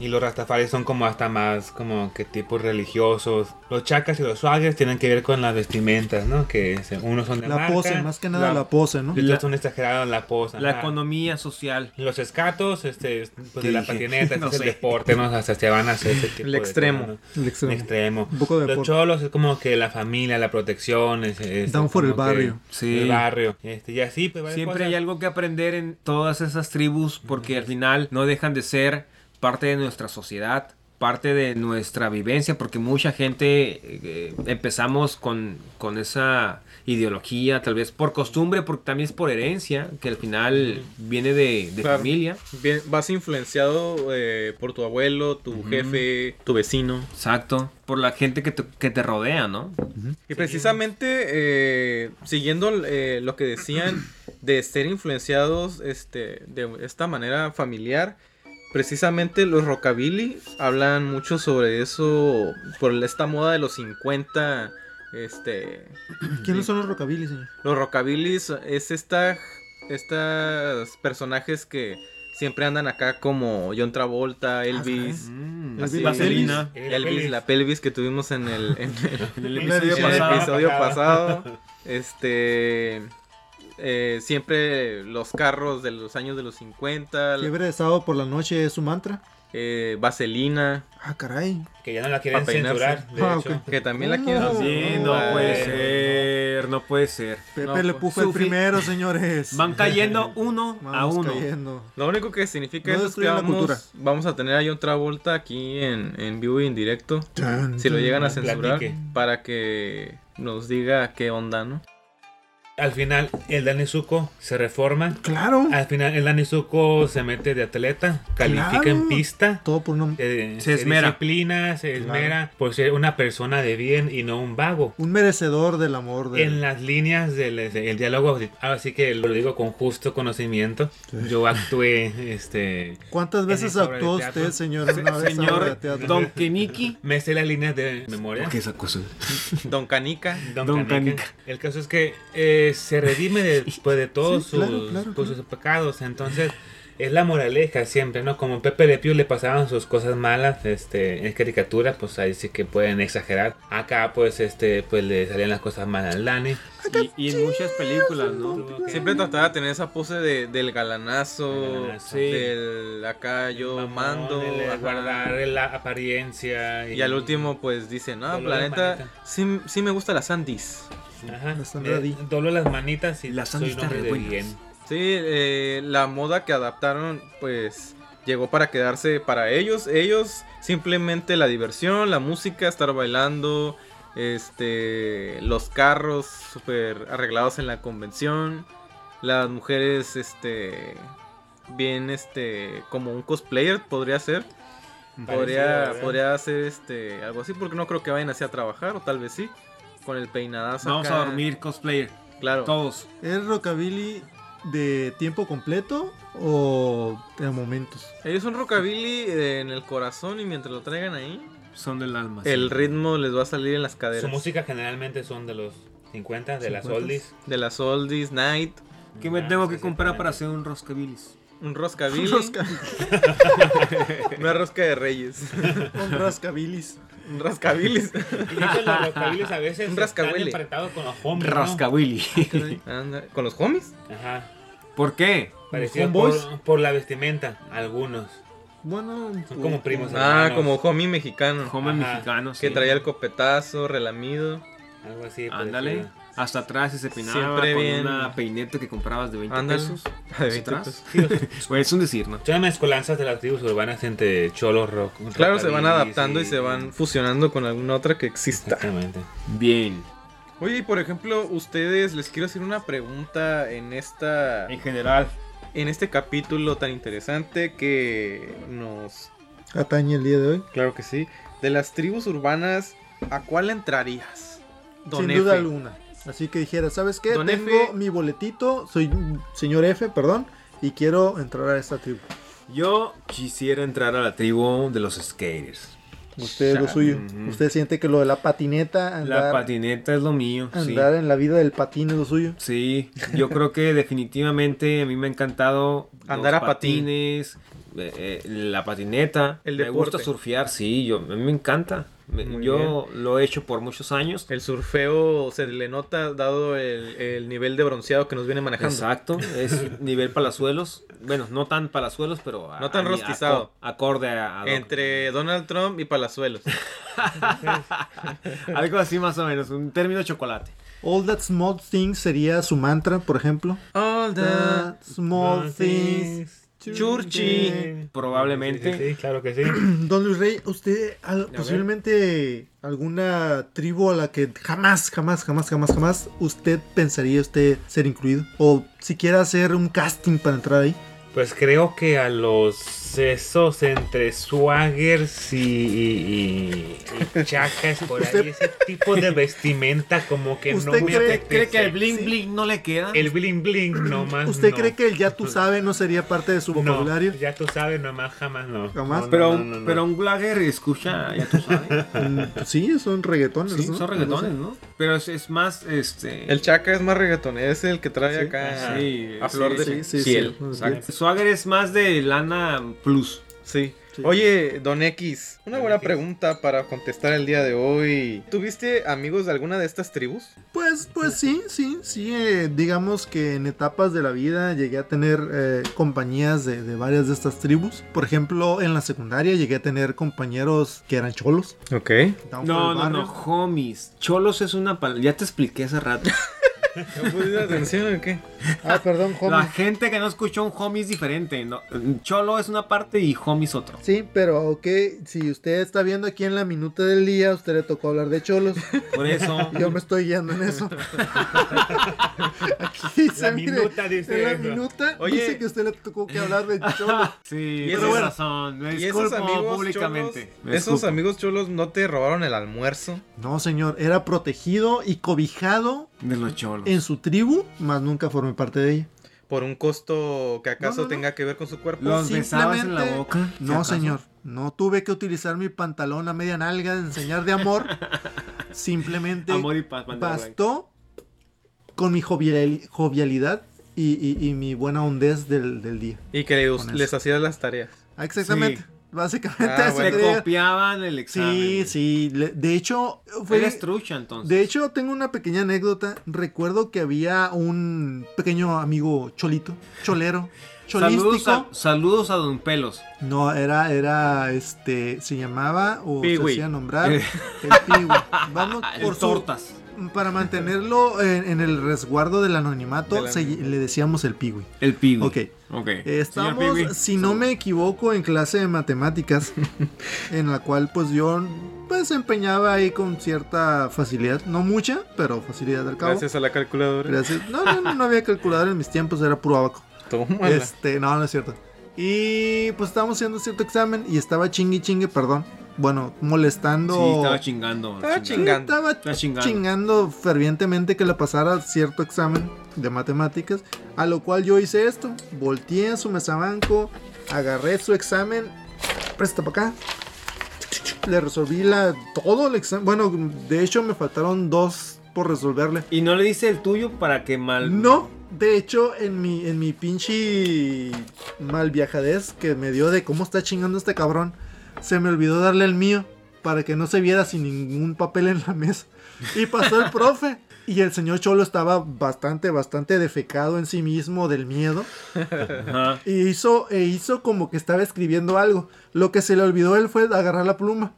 S2: Y los rastafaris son como hasta más como que tipos religiosos. Los chacas y los swaggers tienen que ver con las vestimentas, ¿no? Que se- unos son de
S3: La
S2: marca,
S3: pose, más que nada la, pose, ¿no?
S2: y otros son exagerados en la pose.
S5: La
S2: ajá.
S5: economía social.
S2: Los escatos, este, pues
S5: Te
S2: de la
S5: dije.
S2: patineta,
S5: <laughs> No
S2: este es el
S5: sé.
S2: deporte, ¿no? Hasta se van a hacer ese tipo
S1: El
S2: de
S1: extremo.
S2: cosas, ¿no?
S3: El extremo.
S2: El extremo.
S3: Un poco de
S2: Los
S3: deporte.
S2: cholos es como que la familia, la protección. Es, es
S3: Down for
S2: como
S3: el barrio.
S2: que
S5: Sí.
S2: El barrio. Este, y así, pues, varias
S5: Siempre
S2: cosas.
S5: hay algo que aprender en todas esas tribus porque al final no dejan de ser parte de nuestra sociedad, parte de nuestra vivencia, porque mucha gente eh, empezamos con, con esa ideología, tal vez por costumbre, porque también es por herencia, que al final viene de, de
S1: Claro.
S5: familia.
S1: Bien, vas influenciado eh, por tu abuelo, tu jefe, tu vecino.
S5: Exacto, por la gente que te, que te rodea, ¿no?
S1: Y precisamente eh, siguiendo eh, lo que decían de ser influenciados este, de esta manera familiar, precisamente los rockabilly hablan mucho sobre eso, por esta moda de los 50. Este,
S3: ¿Quiénes son los rockabilly, señor?
S1: los rockabillys es esta, estas personajes que siempre andan acá como John Travolta, Elvis.
S5: Mm,
S1: así,
S5: Vaselina.
S1: Elvis, la pelvis que tuvimos en el- en el
S5: En el
S2: En el
S5: episodio
S1: en el
S5: pasado.
S1: episodio pasado. Este. eh, siempre los carros de los años de los 50.
S3: Fiebre de sábado por la noche es su mantra.
S1: eh, vaselina.
S3: Ah, caray.
S2: Que ya no la quieren
S1: Pa' peinarse.
S2: censurar, de
S3: Ah,
S2: hecho.
S3: ok.
S1: Que también la Eh, quieren.
S3: No.
S5: Sí,
S1: hacer.
S5: no pues,
S1: Ay,
S5: eh. puede ser, no puede ser.
S3: Pepe
S1: No,
S3: le
S1: pues,
S3: puso el
S5: sufi-
S3: primero, señores.
S5: Van
S3: <laughs>
S5: cayendo uno a
S3: Vamos
S5: uno.
S3: cayendo.
S1: Lo único que significa
S3: No
S1: eso es que
S3: destruyan la cultura.
S1: vamos, vamos a tener ahí otra vuelta aquí en, en vivo y en directo.
S3: Tan,
S1: Si lo
S3: tan.
S1: llegan a
S2: Platique.
S1: censurar, para que nos diga qué onda, ¿no?
S2: Al final, el Danizuko se reforma.
S3: Claro.
S2: Al final, el Danizuko se mete de atleta, califica
S3: Claro.
S2: en pista.
S3: Todo por un,
S2: eh,
S5: Se esmera.
S2: disciplina, se
S3: Claro.
S2: esmera por ser una persona de bien y no un vago.
S3: un merecedor del amor de
S2: En las líneas del del diálogo, así que lo digo con justo conocimiento, yo actué, este,
S3: ¿Cuántas
S2: en
S3: veces
S2: esa obra de
S3: actuó
S2: teatro.
S3: usted, señor, en una vez obra de
S5: Señor
S3: teatro?
S5: Don Keniki.
S2: me sé las líneas de memoria.
S5: esa cosa?
S1: Don Canica.
S2: Don,
S5: Don
S2: Canica.
S5: Canica.
S2: El caso es que eh, se redime después de todos
S3: <laughs> Sí,
S2: sus,
S3: claro, claro,
S2: pues,
S3: claro.
S2: sus pecados. Entonces, es la moraleja siempre, ¿no? Como Pepe Le Pew le pasaban sus cosas malas, este, en caricatura, pues ahí sí que pueden exagerar. Acá, pues, este, pues le salían las cosas malas al Dani.
S5: Y, y en muchas películas, ¿no?
S1: Siempre trataba de tener esa pose de, del galanazo,
S2: Galanazo.
S1: sí. del acá yo
S2: Mamón,
S1: mando,
S2: el, eh,
S1: ajá.
S2: guardar la apariencia.
S1: Y al último pues dice, no,
S2: Dolor de
S1: planeta,
S2: manita.
S1: sí, sí me gusta las Sandys.
S2: Ajá,
S3: La Sandra
S2: eh,
S3: Dee.
S2: doblo las manitas y
S5: La
S2: soy
S5: Sandy
S2: un
S5: está
S2: hombre
S5: re
S2: de
S5: buena.
S2: bien.
S1: Sí, eh, la moda que adaptaron pues llegó para quedarse para ellos. Ellos simplemente la diversión, la música, estar bailando, este, los carros super arreglados en la convención, las mujeres este bien este como un cosplayer podría ser. Podría,
S2: Parecido,
S1: podría hacer este algo así, porque no creo que vayan así a trabajar, o tal vez sí. Con el peinadazo.
S5: Vamos a
S1: acá.
S5: dormir, cosplayer.
S1: Claro.
S5: Todos.
S3: ¿Es rockabilly de tiempo completo o de momentos?
S1: Ellos son rockabilly eh, en el corazón y mientras lo traigan ahí,
S5: Son del alma. Ah, sí.
S1: el ritmo les va a salir en las
S2: Su
S1: caderas.
S2: música generalmente son de los 50, de las
S3: 50s.
S2: oldies.
S1: De las oldies, night,
S5: ¿Qué me
S2: Ah,
S5: tengo
S2: sí,
S5: que comprar para
S2: exactamente.
S5: hacer un roscabilis?
S1: un roscabilly,
S3: Rosca-
S1: <laughs> una rosca de reyes,
S3: un rascabilis.
S1: un rascabilly.
S2: Y dicen los rockabiles a veces
S1: Un
S2: están
S1: rascahuele.
S2: emparentados con los hombres. ¿no?
S5: Roscabilis.
S1: Anda, ¿Con los homies?
S2: Ajá.
S5: <laughs> ¿Por qué?
S2: Parecido
S3: homeboys?
S2: por, por la vestimenta, algunos.
S3: Bueno,
S2: Son como primos.
S1: Ah,
S2: hermanos,
S1: como homie mexicano.
S5: Come
S2: Ajá.
S5: mexicano.
S1: Que
S5: sí.
S1: traía el copetazo, relamido.
S2: Algo así.
S5: Ándale.
S2: parecido.
S5: Hasta atrás y se peinaba
S1: Siempre
S5: con
S1: bien.
S5: una peineta que comprabas de 20
S1: Ándale.
S5: pesos.
S1: De
S5: ¿Hacia
S1: 20
S5: atrás?
S1: pesos.
S5: <laughs> Pues es un decir, ¿no?
S2: Son mezcolanzas de las tribus urbanas entre cholos, rock.
S1: Claro, se van
S2: rockabillys
S1: adaptando y se van fusionando con alguna otra que exista.
S2: Exactamente.
S5: Bien.
S1: Oye, y por ejemplo, ustedes les quiero hacer una pregunta en esta
S5: En general.
S1: en este capítulo tan interesante que nos
S3: atañe el día de hoy.
S1: claro que sí de las tribus urbanas a cuál entrarías Don
S3: Sin
S1: F.
S3: duda alguna. Así que dijera, ¿sabes qué?
S1: Don
S3: Tengo
S1: F.
S3: mi boletito, soy señor F, perdón, y quiero entrar a esta tribu.
S5: Yo quisiera entrar a la tribu de los skaters.
S3: Usted es lo
S1: Chale.
S3: suyo.
S5: Ujú.
S3: Usted siente que lo de la patineta,
S5: La
S3: andar,
S5: patineta es lo mío. sí.
S3: andar en la vida del patín es lo suyo.
S5: Sí, yo creo que definitivamente a mí me ha encantado
S1: Andar
S5: los
S1: a patín.
S5: patines, eh, eh, la patineta.
S1: El
S5: me gusta
S1: deporte.
S5: surfear, sí, yo, a mí me encanta. Me-
S1: Muy
S5: yo lo he hecho por muchos años.
S1: el surfeo se le nota dado el, el nivel de bronceado que nos viene manejando
S5: Exacto, es nivel palazuelos. Bueno, no tan palazuelos, pero. a-
S1: No tan
S5: a mi-
S1: rostizado.
S5: aco- acorde a. a lo-
S1: entre Donald Trump y
S3: <laughs>
S1: Palazuelos
S5: <laughs> Algo así más o menos, un término chocolate.
S3: All that small things sería su mantra, por ejemplo.
S1: all the
S3: That small things.
S1: Churchy.
S5: Probablemente.
S2: Sí, sí, sí, claro que sí.
S3: Don Luis Rey, usted al- posiblemente alguna tribu a la que jamás, jamás, jamás, jamás, jamás usted pensaría usted ser incluido o siquiera hacer un casting para entrar ahí.
S2: Pues creo que a los esos entre swaggers y, y, y- y chacas por ahí, ese tipo de vestimenta como que no
S3: ¿Usted
S2: me
S3: cree-
S2: apetece.
S5: ¿Cree que el bling
S3: Sí.
S5: bling no le queda?
S2: El bling bling
S5: Ah,
S2: nomás
S3: ¿Usted
S2: no.
S3: cree que el ya tú sabes no sería parte
S5: <laughs>
S3: de su
S2: No,
S3: vocabulario?
S2: ya tú sabes, nomás jamás no.
S3: Jamás.
S2: No, no,
S5: pero,
S2: no, no, no.
S5: pero un blagger escucha, ya tú sabes.
S3: Mm, Sí, son reggaetones.
S5: Sí,
S3: ¿no?
S5: son reggaetones, ¿no? Pero es, es más, este...
S1: el chaca es más reggaetonero es el que trae acá
S5: sí,
S1: a flor
S5: sí,
S1: de
S5: sí,
S3: Ah, sí,
S5: ciel.
S3: sí,
S5: Exacto. Swagger es más de lana plus.
S1: Sí.
S3: Sí.
S1: Oye, Don X, una
S2: Don
S1: buena
S2: X.
S1: pregunta para contestar el día de hoy. ¿Tuviste amigos de alguna de estas tribus?
S3: Pues, pues sí, sí, sí. eh, digamos que en etapas de la vida llegué a tener eh, compañías de, de varias de estas tribus. Por ejemplo, en la secundaria llegué a tener compañeros que eran cholos.
S1: Ok.
S3: estaban por
S5: No,
S3: el
S5: no,
S3: barrio.
S5: no, homies. Cholos es una palabra. Ya te expliqué hace rato.
S1: ¿No pusiste atención o qué?
S3: <laughs> Ah, perdón, homie.
S5: La gente que no escuchó un homie es diferente. ¿no? Cholo es una parte y homie es otro.
S3: Sí, pero ok, si usted está viendo aquí en la minuta del día, a usted le tocó hablar de cholos.
S5: Por eso.
S3: <laughs> Yo me estoy guiando en eso. aquí dice,
S2: La
S3: mire,
S2: minuta dice
S3: en la
S2: eso.
S3: minuta
S1: Oye.
S3: dice que usted le tocó que hablar de cholos.
S5: Sí,
S1: Y
S5: tienes
S1: esos-
S5: razón. Me
S1: Y esos
S5: disculpo
S1: amigos
S5: públicamente.
S1: cholos-
S5: Me
S1: esos
S5: disculpo.
S1: amigos cholos no te robaron el almuerzo.
S3: No, señor, era protegido y cobijado
S5: De los cholos.
S3: en su tribu, mas nunca formé parte de ella.
S1: Por un costo que acaso
S3: No, no, no.
S1: tenga que ver con su cuerpo.
S5: Los besabas en la
S3: Simplemente-
S5: boca. si
S3: No,
S5: acaso.
S3: señor, no tuve que utilizar mi pantalón a media nalga de enseñar de
S5: <laughs>
S3: amor. Simplemente
S5: Amor y paz, Bandera Blanca.
S3: bastó con mi jovial- jovialidad y, y- y mi buena hondez del, del día.
S1: Y que les,
S3: Con eso.
S1: les hacías las tareas.
S3: Ah, Exactamente.
S5: Sí.
S3: Básicamente
S1: Ah,
S3: eso
S1: bueno.
S5: Te
S3: quería-
S5: copiaban el examen.
S3: Sí,
S5: güey.
S3: sí. le- de hecho, fue-
S5: Eres trucha entonces.
S3: de hecho, tengo una pequeña anécdota. Recuerdo que había un pequeño amigo cholito, cholero, cholístico.
S5: saludos a, saludos a Don Pelos.
S3: No, era, era, este, se llamaba o
S1: Piwi.
S3: se hacía nombrar
S5: Eh.
S3: el Piwi. Vamos
S5: Ah, el
S3: por su-
S5: tortas.
S3: para mantenerlo en, en el resguardo del anonimato,
S1: Del
S3: se-
S1: anonimato.
S3: le decíamos el Piwi.
S5: El pigo.
S3: Ok,
S5: Ok.
S3: estamos,
S5: Señor Piwi.
S3: si no me equivoco, en clase de matemáticas, en la cual pues yo pues empeñaba ahí con cierta facilidad, no mucha, pero facilidad al cabo.
S1: Gracias a la calculadora.
S3: Gracias. No, no, no, no había calculador en mis tiempos, era puro abaco.
S1: Tómala.
S3: Este, no, no es cierto. Y pues estábamos haciendo cierto examen y estaba chingue chingue, perdón. Bueno, molestando.
S5: Sí, estaba chingando.
S1: Estaba
S3: Sí,
S1: chingando.
S3: estaba
S5: Estaba chingando.
S3: chingando fervientemente que le pasara cierto examen de matemáticas. A lo cual yo hice esto. Volteé a su mesabanco, agarré su examen. Presta para acá. Le resolví la, todo el examen. Bueno, de hecho me faltaron dos por resolverle.
S5: Y no le dice el tuyo para que mal.
S3: No, de hecho, en mi, en mi pinche mal viajadez que me dio de cómo está chingando este cabrón, se me olvidó darle el mío para que no se viera sin ningún papel en la mesa. Y pasó el profe. Y el señor Cholo estaba bastante, bastante defecado en sí mismo del miedo. <laughs>
S5: Ajá.
S3: Y hizo, e hizo como que estaba escribiendo algo. Lo que se le olvidó a él fue agarrar la pluma.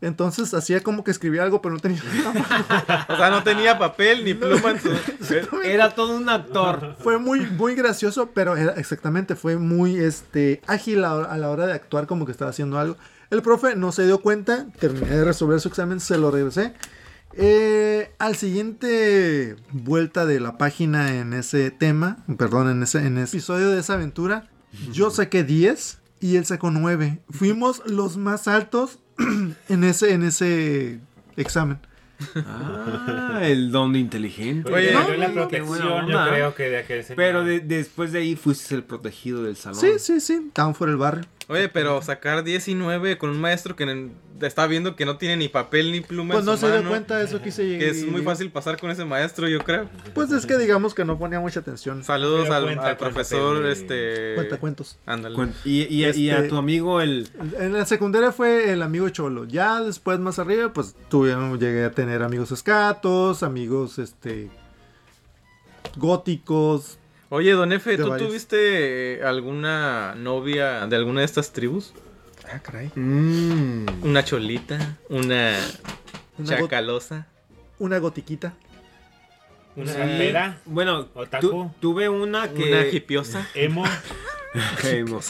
S3: Entonces hacía como que escribía algo, pero no tenía nada.
S1: O sea, no tenía papel
S3: <laughs>
S1: ni pluma en su- <laughs>
S5: Era todo un actor.
S3: Fue muy, muy gracioso, pero era- exactamente fue muy este, ágil a, a la hora de actuar como que estaba haciendo algo. El profe no se dio cuenta, terminé de resolver su examen, se lo regresé. Eh, al siguiente vuelta de la página en ese tema, perdón, en ese, en ese episodio de esa aventura, yo saqué 10 y él sacó 9. Fuimos los más altos <clears throat> en ese, en ese examen.
S5: Ah, el don de inteligente.
S1: Oye,
S2: no,
S1: no,
S2: Pues la
S5: no, no, qué buena
S2: protección, yo
S5: onda.
S2: creo que de aquel señor.
S5: Pero de- después de ahí fuiste el protegido del salón.
S3: Sí, sí, sí, estaban fuera del barrio.
S1: Oye, pero sacar 19 con un maestro que n- está viendo que no tiene ni papel ni pluma
S3: Pues
S1: en
S3: no
S1: su
S3: se dio
S1: mano,
S3: cuenta de eso quise llegar.
S1: Que es muy fácil pasar con ese maestro, yo creo.
S3: Pues es que digamos que no ponía mucha atención.
S1: Saludos
S2: Pero
S1: al,
S2: cuenta
S1: al
S2: con
S1: profesor,
S2: papel,
S1: este...
S3: Cuenta cuentos.
S1: Ándale.
S5: Cuen- Y, y- y a
S3: Este-
S5: tu amigo el.
S3: En la secundaria fue el amigo Cholo. Ya después, más arriba, pues tuvieron, llegué a tener amigos escatos, amigos este góticos.
S1: Oye, don Efe,
S3: De
S1: ¿tú
S3: varios.
S1: tuviste eh, alguna novia de alguna de estas tribus?
S3: Ah, caray.
S5: Mm.
S1: ¿Una cholita? ¿Una,
S3: Una, go-
S1: chacalosa?
S3: una gotiquita. Ah,
S2: Una pera,
S5: Bueno,
S2: Otaku.
S5: tu- tuve una que.
S1: ¿Una
S5: <laughs>
S1: hipiosa?
S2: emo.
S5: Hey, mo.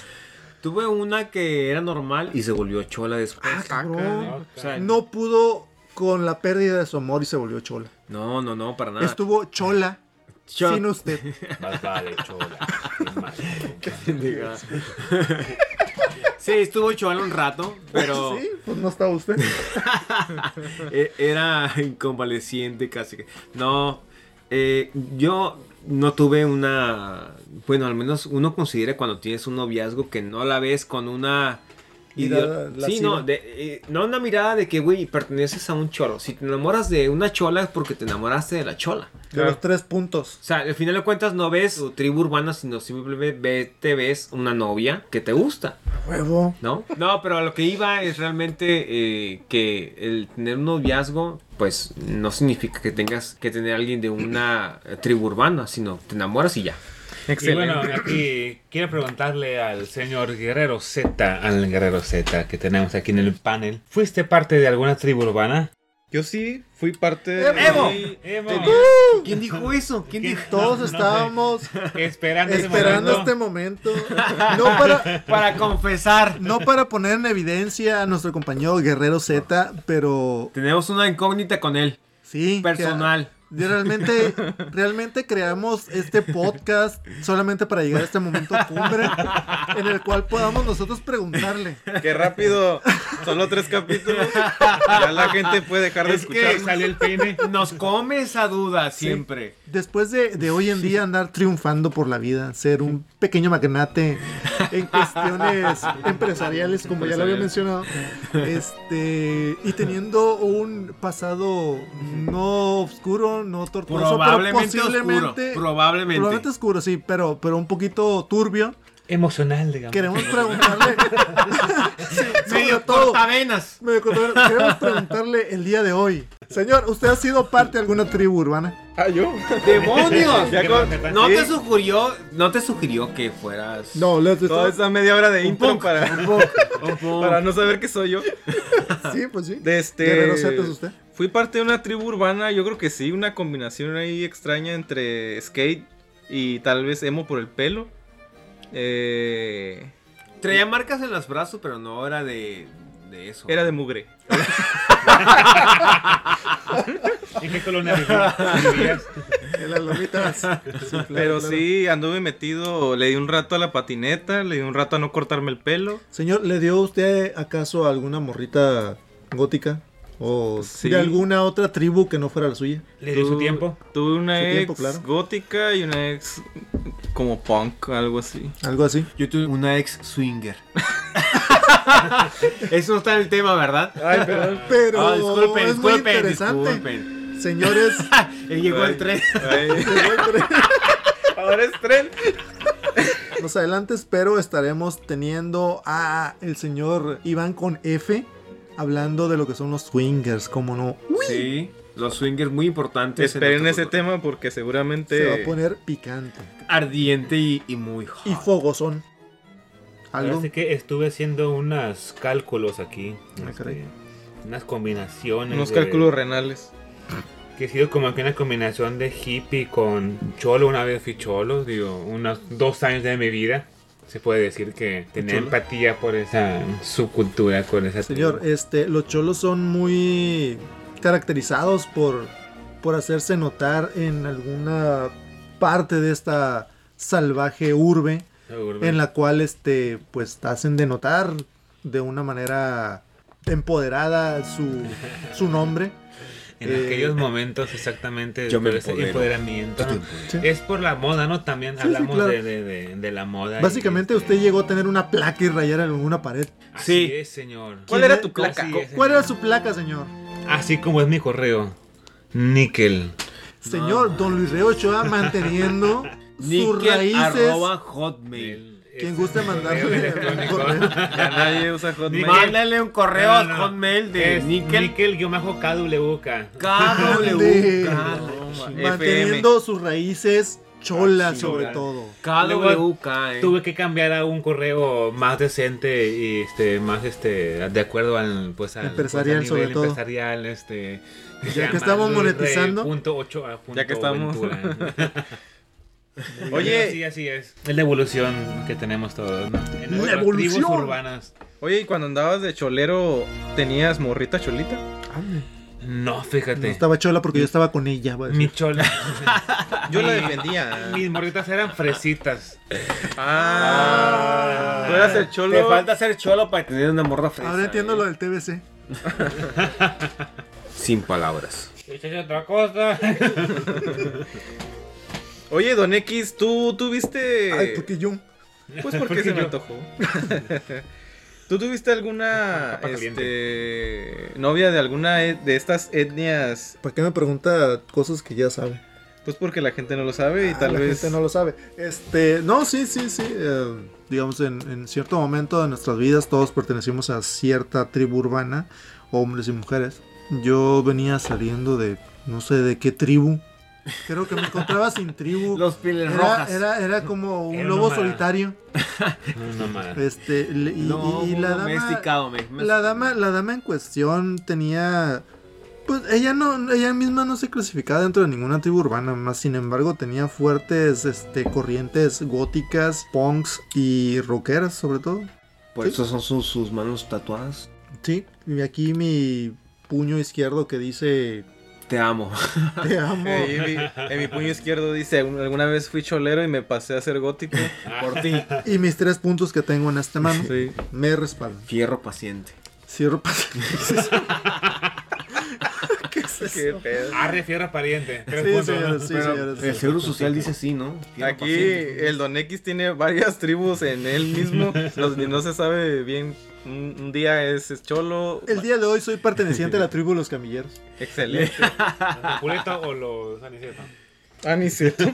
S5: Tuve una que era normal y se volvió chola después.
S3: Ah, cabrón.
S5: O sea, no.
S3: No pudo con la pérdida de su amor y se volvió Chola.
S5: no, no, para nada.
S3: Estuvo Chola
S5: Ah. Cho-
S3: sin usted.
S2: Más vale,
S5: <laughs>
S2: chola. Qué mal.
S5: Diga. <laughs> sí, estuvo chola un rato, pero
S3: <laughs> Sí, pues no estaba usted.
S5: e- era inconvaleciente casi. que- No, eh, yo no tuve una... Bueno, al menos uno considera cuando tienes un noviazgo que no la ves con una...
S3: Mirada
S5: ideo- sí,
S3: lasciva.
S5: no, de- eh, no una mirada de que, güey, perteneces a un cholo. Si te enamoras de una chola es porque te enamoraste de la chola.
S3: De los tres puntos.
S5: O sea, al final de cuentas no ves tu tribu urbana, sino simplemente ve- te ves una novia que te gusta,
S3: Huevo.
S5: ¿no? No, pero a lo que iba es realmente eh, que el tener un noviazgo, pues no significa que tengas que tener a alguien de una eh, tribu urbana, sino te enamoras y ya.
S2: Y bueno, aquí quiero preguntarle al señor Guerrero Z, al Guerrero Z que tenemos aquí en el panel. ¿Fuiste parte de alguna tribu urbana?
S1: Yo sí fui parte
S3: Eh,
S1: de...
S11: ¡Evo!
S1: Sí,
S2: Evo.
S1: tenía-
S11: ¿Quién dijo eso? ¿Quién dijo?
S5: <laughs>
S3: Todos estábamos
S2: Esperando, ese
S3: esperando
S2: momento.
S3: este momento. No para,
S11: Para confesar.
S3: no para poner en evidencia a nuestro compañero Guerrero Z, pero
S11: Tenemos una incógnita con él.
S3: sí. que-
S11: Personal.
S3: de- realmente, realmente creamos este podcast solamente para llegar a este momento cumbre en el cual podamos nosotros preguntarle.
S1: ¡Qué rápido! Solo <laughs> tres capítulos. Ya la gente puede dejar de
S2: Es que
S1: escuchar.
S2: salió el pene.
S11: Nos come esa duda siempre.
S3: Después de, de hoy en día andar triunfando por la vida, ser un pequeño magnate en cuestiones empresariales, como ya lo había mencionado, este, y teniendo un pasado no oscuro, no tortuoso,
S11: Probablemente
S3: pero posiblemente,
S11: oscuro. Probablemente.
S3: probablemente oscuro, sí, pero, pero un poquito turbio.
S2: Emocional, digamos.
S3: Queremos
S11: <laughs>
S3: preguntarle, <laughs> sobre
S11: Medio
S3: todo,
S11: cortavenas.
S3: me acordé, queremos preguntarle el día de hoy, señor, ¿usted ha sido parte de alguna tribu urbana?
S1: Ah, yo.
S11: ¡Demonios!
S1: <laughs> Ya con-
S11: ¿No
S1: sí,
S11: te sugirió, no te sugirió que fueras
S3: No, le
S1: <laughs> Toda esa media hora de intro
S11: punk,
S1: para,
S11: un punk?
S1: para no saber que soy yo.
S3: Sí, pues sí.
S1: De este...
S3: Guerrero Z es usted.
S1: Fui parte de una tribu urbana, yo creo que sí, una combinación ahí extraña entre skate y tal vez emo por el pelo. Eh,
S11: Traía marcas en los brazos, pero no era de, de eso.
S1: era de mugre.
S2: ¿En qué colonia vivi-
S3: <laughs>
S2: vivías?
S3: En
S11: <laughs>
S3: las lomitas.
S1: Pero sí, anduve metido, le di un rato a la patineta, le di un rato a no cortarme el pelo.
S3: Señor, ¿le dio usted acaso a alguna morrita gótica? ¿O
S1: Sí.
S3: de alguna otra tribu que no fuera la suya?
S2: ¿Le dio su
S1: Tu-
S2: tiempo?
S1: Tuve una
S3: Su
S1: ex
S3: tiempo, claro.
S1: gótica y una ex como punk, algo así.
S3: Algo así.
S11: Yo tuve una ex swinger. eso no está en el tema, ¿verdad?
S1: Ay, perdón.
S3: <laughs> Pero
S11: Ah,
S3: es muy interesante.
S11: disculpen.
S3: Señores,
S1: <laughs>
S3: <laughs>
S11: Eh, Llegó
S1: Ay.
S11: el tren.
S1: Ahora es tren.
S3: más adelante espero estaremos teniendo a el señor Iván con F hablando de lo que son los swingers, como no.
S11: Sí, los swingers muy importantes. en
S1: Esperen
S11: nuestra
S1: ese
S11: cultura.
S1: tema porque seguramente...
S3: Se va a poner picante
S11: Ardiente y, y muy hot.
S3: y
S1: Ah.
S3: fogosón. Algo.
S2: Así que estuve haciendo unos cálculos aquí.
S3: Ah,
S2: este,
S3: caray.
S2: unas combinaciones.
S1: Unos
S2: de-
S1: cálculos renales.
S2: Que he sido como que una combinación de hippie con cholo. Una vez fui cholo, digo, unos dos años de mi vida. Se puede decir que tenía
S3: Cholo.
S2: empatía por esa subcultura, con esa
S3: Señor,
S2: tribu.
S3: este, los cholos son muy caracterizados por, por hacerse notar en alguna parte de esta salvaje urbe
S2: Urban.
S3: en la cual este pues hacen de notar de una manera empoderada su, su nombre.
S2: En
S3: Eh,
S2: aquellos momentos exactamente
S5: yo me
S2: pero ese
S5: empodero.
S2: empoderamiento. ¿no?
S3: Sí.
S2: Es por la moda, ¿no? También
S3: Sí, sí,
S2: hablamos
S3: claro.
S2: de, de- de- de la moda. y,
S3: Básicamente
S2: este,
S3: usted llegó a tener una placa y rayar en una pared.
S2: Así
S11: Sí.
S2: es, señor.
S1: ¿Cuál era tu placa?
S2: Así es,
S3: ¿Cuál
S2: señor.
S3: era su placa, señor?
S2: Así como es mi correo. Níquel.
S3: Señor Don Luis Reo Ochoa manteniendo sus
S11: Nickel
S3: raíces.
S11: arroba hotmail.
S3: Quien
S2: Es
S3: guste
S2: mi
S3: mandarle <laughs>
S2: correo <laughs> electrónico.
S3: correo.
S1: Ya nadie usa Hotmail.
S11: Mándale un correo
S2: No,
S11: a
S2: no, no.
S11: hotmail de
S2: Es
S11: Nickel.
S2: Níquel yo me hago KWK.
S3: Ande.
S11: KWK.
S3: Manteniendo sus raíces cholas,
S2: cholas.
S3: sobre todo.
S11: KWK, eh.
S2: Tuve que cambiar a un correo más decente y este más este de acuerdo al pues al
S3: Empresarial,
S2: pues, al nivel
S3: sobre todo.
S2: empresarial este
S3: Ya que estamos monetizando.
S1: Ya que estamos. <laughs>
S2: Oye,
S1: Oye.
S2: sí, así es. Es la evolución que tenemos todos, ¿no? En
S3: La
S2: las tribus
S3: evolución.
S2: urbanas.
S1: Oye, ¿y cuando andabas de cholero tenías morrita cholita?
S3: Ande.
S2: No,
S3: No
S2: fíjate.
S3: estaba chola porque yo estaba con ella. va a
S2: Mi
S3: decir.
S2: chola.
S1: Yo la defendía.
S2: <laughs> Mis morritas eran fresitas.
S1: Ah, tú eras el
S11: Te
S1: cholo.
S11: falta ser cholo para tener una morra fresa.
S3: Ahora entiendo
S11: eh.
S3: lo del TBC.
S11: Sin palabras.
S2: Esa es otra cosa.
S1: Oye, Don X, tú tuviste.
S3: Ay, porque yo.
S1: Pues porque se me
S12: <laughs>
S1: antojó. ¿Tú tuviste alguna
S2: Papa
S1: este, novia de alguna e- de estas etnias?
S3: ¿Para qué me pregunta cosas que ya sabe?
S1: Pues porque la gente no lo sabe y
S3: Ah,
S1: tal
S3: la
S1: vez.
S3: gente no lo sabe. Este, no, sí, sí, sí. eh, digamos, en, en cierto momento de nuestras vidas todos pertenecimos a cierta tribu urbana, hombres y mujeres. Yo venía saliendo de, no sé de qué tribu. Creo que me encontraba sin
S5: <laughs>
S3: tribu.
S11: Los pieles
S3: era,
S11: rojas.
S3: era, era como un
S2: Era un
S3: lobo
S2: nómada.
S3: solitario.
S2: No mames.
S3: Este, le- y,
S11: no,
S3: y- y la dama,
S11: domesticado, me. me-
S3: la dama, la dama en cuestión tenía Pues ella no, ella misma no se clasificaba dentro de ninguna tribu urbana, más sin embargo tenía fuertes este, corrientes góticas, punks y rockeras sobre todo.
S5: Por
S3: Sí.
S5: eso son sus, sus manos tatuadas.
S3: Sí, y aquí mi puño izquierdo que dice
S5: Te amo. <laughs>
S3: Te amo.
S12: Eh, y mi- en mi puño izquierdo dice, alguna vez fui cholero y me pasé a ser
S3: <laughs>
S12: gótico por ti.
S3: y mis tres puntos que tengo en esta mano me respaldan.
S5: Fierro paciente.
S3: Cierro pas- ¿Qué es
S12: Qué pedo.
S2: Arre, fierra pariente. Tres
S3: Sí,
S2: puntos.
S3: señores, sí,
S5: Pero
S3: señores.
S5: el seguro social dice sí, ¿no? Fierro
S12: Aquí
S5: paciente.
S12: el Don X tiene varias tribus en él
S3: <laughs>
S12: mismo. Los- no se sabe bien. Un, un día es, es cholo.
S3: El día de hoy soy perteneciente a
S5: <laughs>
S3: la tribu de los camilleros. <laughs>
S12: Excelente.
S2: ¿Puleta o los anicetos?
S12: Ah, ni cierto.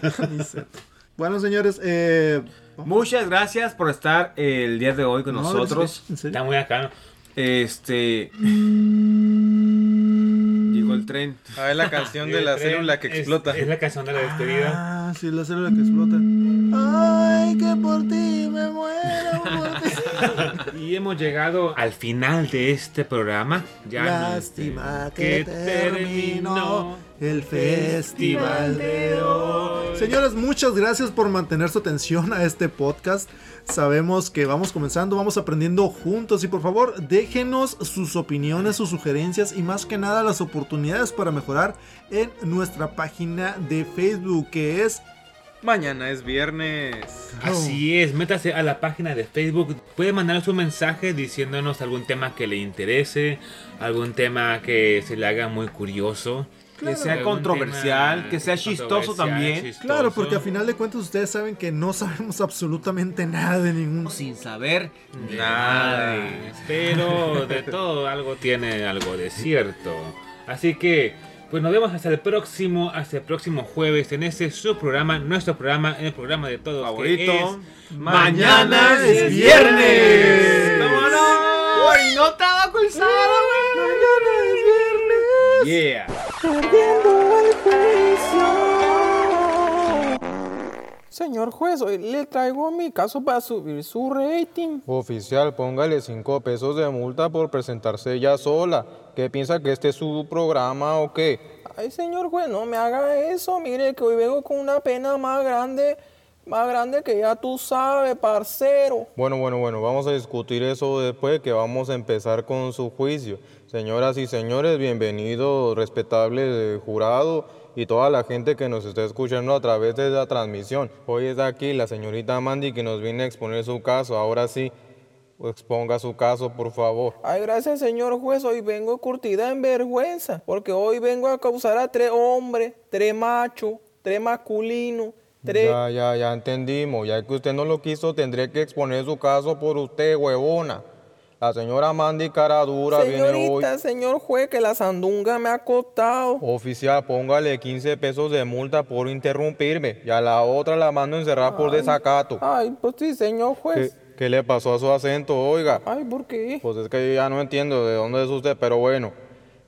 S3: Bueno, señores, eh,
S5: Muchas gracias por estar el día de hoy con
S3: No,
S5: nosotros.
S3: ¿en serio?
S2: Está muy acá, ¿no?
S5: Este. Llegó el tren.
S12: Ah, es la canción de
S2: El
S12: la
S2: tren
S12: célula que
S2: es-
S12: explota.
S2: Es la canción de este la despedida.
S3: Ah, sí, la célula que explota. Ay, que por ti me
S2: <laughs>
S3: muero, por ti. Ah.
S2: Y hemos llegado al final de este programa. Ya no-
S3: Lástima
S2: que
S3: que terminó
S2: terminó
S3: el
S2: festival
S3: festival de
S2: de
S3: hoy. Señores, muchas gracias por mantener su atención a este podcast. Sabemos que vamos comenzando, vamos aprendiendo juntos y por favor déjenos sus opiniones, sus sugerencias y más que nada las oportunidades para mejorar en nuestra página de Facebook que es
S12: Mañana es viernes.
S2: Así es, métase a la página de Facebook, puede mandar su mensaje diciéndonos algún tema que le interese, algún tema que se le haga muy curioso.
S5: Que sea
S2: Algún
S5: controversial,
S2: tema
S5: que sea chistoso también.
S2: chistoso.
S3: Claro, porque a final de cuentas ustedes saben que no sabemos absolutamente nada de ningún
S5: Sin saber
S2: De nada,
S5: nada.
S2: Eh, Pero de todo algo tiene algo de cierto. Así que, pues nos vemos hasta el próximo, hasta el próximo jueves en este su programa, nuestro programa, en el programa de todos. que
S5: Favorito.
S2: es-
S5: Mañana es
S3: viernes.
S5: viernes. ¿Cómo no? ¡Uy, no te va a colzar, güey! Mañana es viernes. Yeah.
S10: Perdiendo el juicio. Señor juez, hoy le traigo mi caso para subir su rating.
S1: Oficial, póngale 5 pesos de multa por presentarse ella sola. ¿Qué piensa que este es su programa o qué?
S10: Ay, señor juez, no me haga eso. Mire que hoy vengo con una pena más grande, más grande que ya tú sabes, parcero.
S1: Bueno, bueno, bueno, vamos a discutir eso después que vamos a empezar con su juicio. Señoras y señores, bienvenidos, respetable eh, jurado y toda la gente que nos está escuchando a través de la transmisión. Hoy está aquí la señorita Mandy que nos viene a exponer su caso. Ahora sí, Pues exponga su caso, por favor.
S10: Ay, gracias, señor juez. Hoy vengo curtida en vergüenza, porque hoy vengo a causar a tres hombres, tres machos, tres masculinos, tres...
S1: Ya, ya, ya entendimos. Ya que usted no lo quiso, tendría que exponer su caso por usted, huevona. La señora Mandy Caradura viene hoy.
S10: Señorita, señor juez, que la sandunga me ha costado.
S1: Oh, Oficial, póngale 15 pesos de multa por interrumpirme. Y a la otra la mando a encerrar por
S10: Ay.
S1: desacato.
S10: Ay, pues sí, señor
S1: ¿Qué,
S10: juez.
S1: qué le pasó a su acento, oiga?
S10: Ay, ¿por qué?
S1: Pues es que yo ya no entiendo de dónde es usted, pero bueno,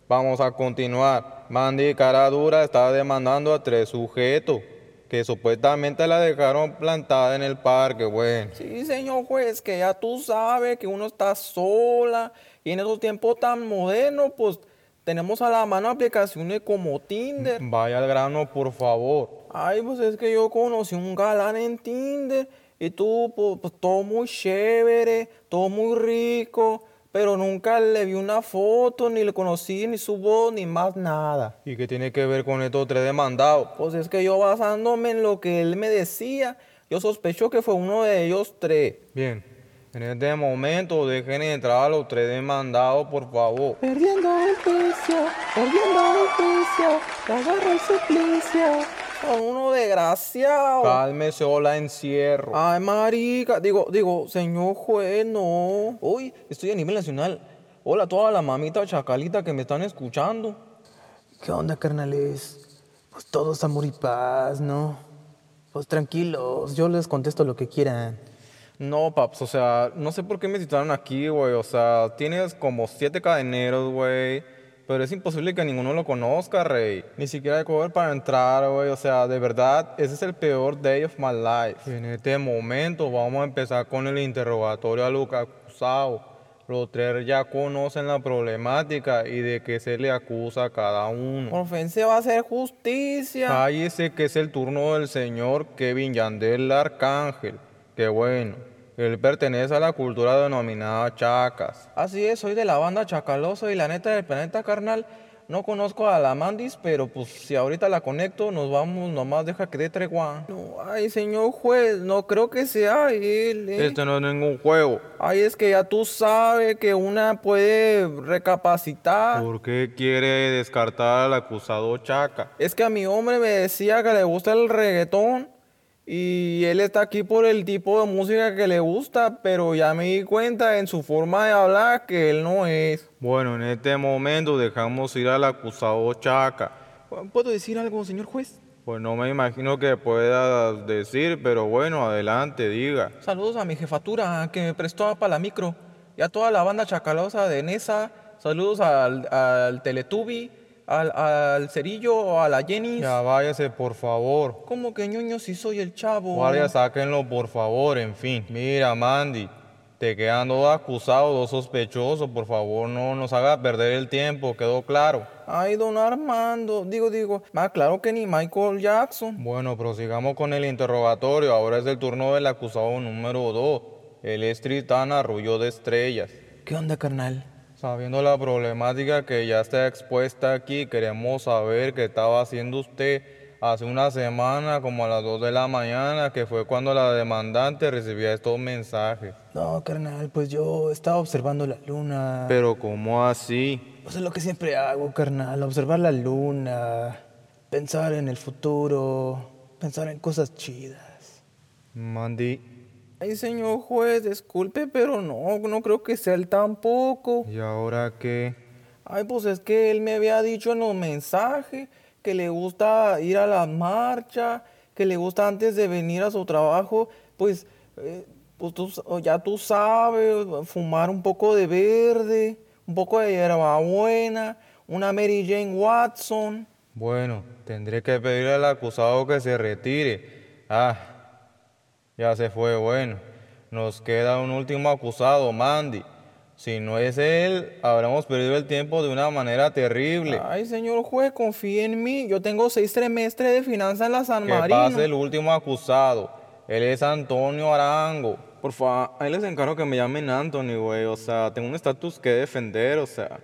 S1: vamos a continuar. Mandy Caradura está demandando a tres sujetos que supuestamente la dejaron plantada en el parque, bueno.
S10: Sí, señor juez, que ya tú sabes que uno está sola y en esos tiempos tan modernos, pues tenemos a la mano aplicaciones como Tinder.
S1: Vaya al grano, por favor.
S10: Ay, pues es que yo conocí un galán en Tinder y tú, pues, pues, todo muy chévere, todo muy rico, pero nunca le vi una foto, ni le conocí, ni su voz, ni más nada.
S1: ¿Y qué tiene que ver con estos tres demandados?
S10: Pues es que yo basándome en lo que él me decía, yo sospecho que fue uno de ellos tres.
S1: Bien, en este momento dejen entrar a los tres demandados, por favor.
S10: Perdiendo el juicio, perdiendo el juicio, te agarro el suplicio. Son uno desgraciado.
S1: Cálmese o la encierro.
S10: Ay, marica, digo, digo, señor juez, no.
S1: Hoy estoy a nivel nacional. Hola a toda la mamita chacalita que me están escuchando.
S10: ¿Qué onda, carnales? Pues todos amor y paz, ¿no? Pues tranquilos, yo les contesto lo que quieran.
S1: No, paps, o sea, no sé por qué me citaron aquí, güey. O sea, tienes como siete cadeneros, güey. Pero es imposible que ninguno lo conozca, rey. Ni siquiera hay cover para entrar, güey. O sea, de verdad, ese es el peor day of my life. En este momento vamos a empezar con el interrogatorio a Lucas acusado. los tres ya conocen la problemática y de qué se le acusa a cada uno.
S10: Ofense va a hacer justicia.
S1: Cállese que es el turno del señor Kevin Yandel Arcángel. Qué bueno. Él pertenece a la cultura denominada chacas.
S13: Así es, soy de la banda Chacaloso y la neta del planeta carnal. No conozco a la Mandis, pero pues si ahorita la conecto, nos vamos, nomás deja que dé tregua.
S10: No, ay, señor juez, no creo que sea él. ¿eh?
S1: Este no es ningún juego.
S10: Ay, es que ya tú sabes que una puede recapacitar.
S1: ¿Por qué quiere descartar al acusado chaca?
S10: Es que a mi hombre me decía que le gusta el reggaetón y él está aquí por el tipo de música que le gusta, pero ya me di cuenta en su forma de hablar que él no es.
S1: Bueno, en este momento dejamos ir al acusado chaca.
S13: ¿Puedo decir algo, señor juez?
S1: Pues no me imagino que pueda decir, pero bueno, adelante, diga.
S13: Saludos a mi jefatura que me prestó para la micro y a toda la banda chacalosa de Nesa. Saludos al, al Teletubi, al, al Cerillo, a la Jenny.
S1: Ya váyase, por favor.
S13: ¿Cómo que ñoño si soy el chavo?
S1: Guardia, sáquenlo, por favor, en fin. Mira, Mandy, te quedan dos acusados, dos sospechosos, por favor, no nos haga perder el tiempo, quedó claro.
S10: Ay, don Armando, digo, digo, más claro que ni Michael Jackson.
S1: Bueno, prosigamos con el interrogatorio, ahora es el turno del acusado número 2, el es Tritán Arrullo de Estrellas.
S13: ¿Qué onda, carnal?
S1: Sabiendo la problemática que ya está expuesta aquí, queremos saber qué estaba haciendo usted hace una semana, como a las 2 de la mañana, que fue cuando la demandante recibía estos mensajes.
S13: No, carnal, pues yo estaba observando la luna.
S1: Pero ¿cómo así?
S13: Pues es lo que siempre hago, carnal, observar la luna, pensar en el futuro, pensar en cosas chidas.
S1: Mandy,
S10: Ay, señor juez, disculpe, pero no, no creo que sea él tampoco.
S1: ¿y ahora qué?
S10: Ay, pues es que él me había dicho en los mensajes que le gusta ir a la marcha, que le gusta antes de venir a su trabajo, pues, eh, pues tú s- o ya tú sabes, fumar un poco de verde, un poco de hierbabuena, una Mary Jane Watson.
S1: Bueno, tendré que pedirle al acusado que se retire. Ah, ya se fue, bueno. Nos queda un último acusado, Mandy. Si no es él, habremos perdido el tiempo de una manera terrible.
S10: Ay, señor juez, confíe en mí. Yo tengo seis trimestres de finanzas en la San
S1: que
S10: Marino.
S1: pase el último acusado. Él es Antonio Arango. Por favor, ahí les encargo que me llamen Anthony, güey. O sea, tengo un estatus que defender, o sea.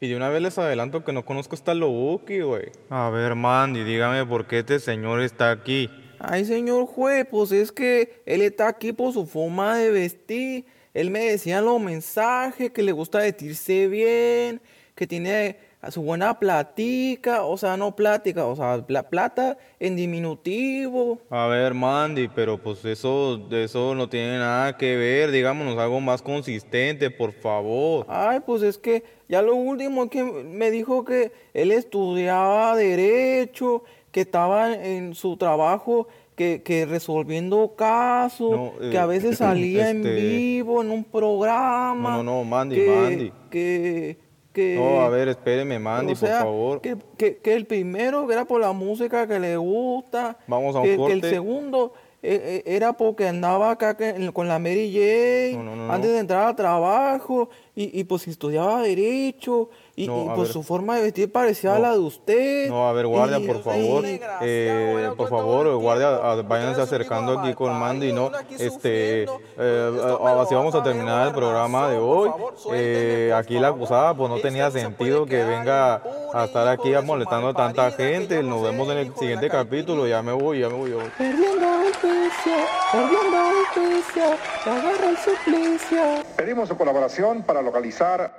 S1: Y de una vez les adelanto que no conozco esta Lobuki, güey. A ver, Mandy, dígame por qué este señor está aquí.
S10: Ay, señor juez, pues es que él está aquí por su forma de vestir. Él me decía en los mensajes que le gusta vestirse bien, que tiene a su buena platica, o sea, no plática, o sea, pla- plata en diminutivo.
S1: A ver, Mandy, pero pues eso, eso no tiene nada que ver. Digámonos algo más consistente, por favor.
S10: Ay, pues es que ya lo último es que me dijo que él estudiaba derecho, que estaba en su trabajo, que, que resolviendo casos,
S1: No, eh,
S10: que
S1: <clears throat>
S10: a veces salía en
S1: este-
S10: vivo en un programa.
S1: No, no, no, Mandy,
S10: que,
S1: Mandy.
S10: Que, que-
S1: No, a ver, espéreme, Mandy,
S10: o
S1: por
S10: sea,
S1: favor.
S10: Que, que- que el primero era por la música que le gusta.
S1: Vamos a un
S10: que, que
S1: corte.
S10: el segundo eh, eh, era porque andaba acá que- en- con la Mary Jane
S1: No, no, no,
S10: antes
S1: no.
S10: de entrar al trabajo y, y, pues estudiaba derecho y,
S1: No,
S10: y,
S1: a
S10: pues
S1: ver.
S10: su forma de vestir parecía
S1: No.
S10: a la de usted.
S1: No, a ver, guardia,
S10: Y-
S1: por favor.
S10: y-
S1: Eh, por favor, guardia, ah, váyanse acercando aquí con Mandy, ¿no? Este, eh, eh, así vamos a terminar el programa de hoy. Eh, aquí la acusada, pues no
S10: Este
S1: tenía sentido que venga a estar aquí molestando a tanta gente. Nos vemos en el siguiente capítulo. Ya me voy, ya me voy. ya me voy.
S13: Perdiendo el juicio, perdiendo el juicio, te agarra el suplicio.
S4: Pedimos su colaboración para localizar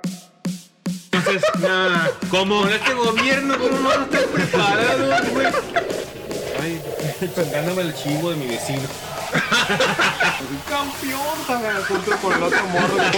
S5: Entonces, Pues, nada, como con este gobierno, ¿cómo no estás preparado, güey? Ay, chingándome el chivo de mi vecino.
S14: Campeón, junto con el otro morro.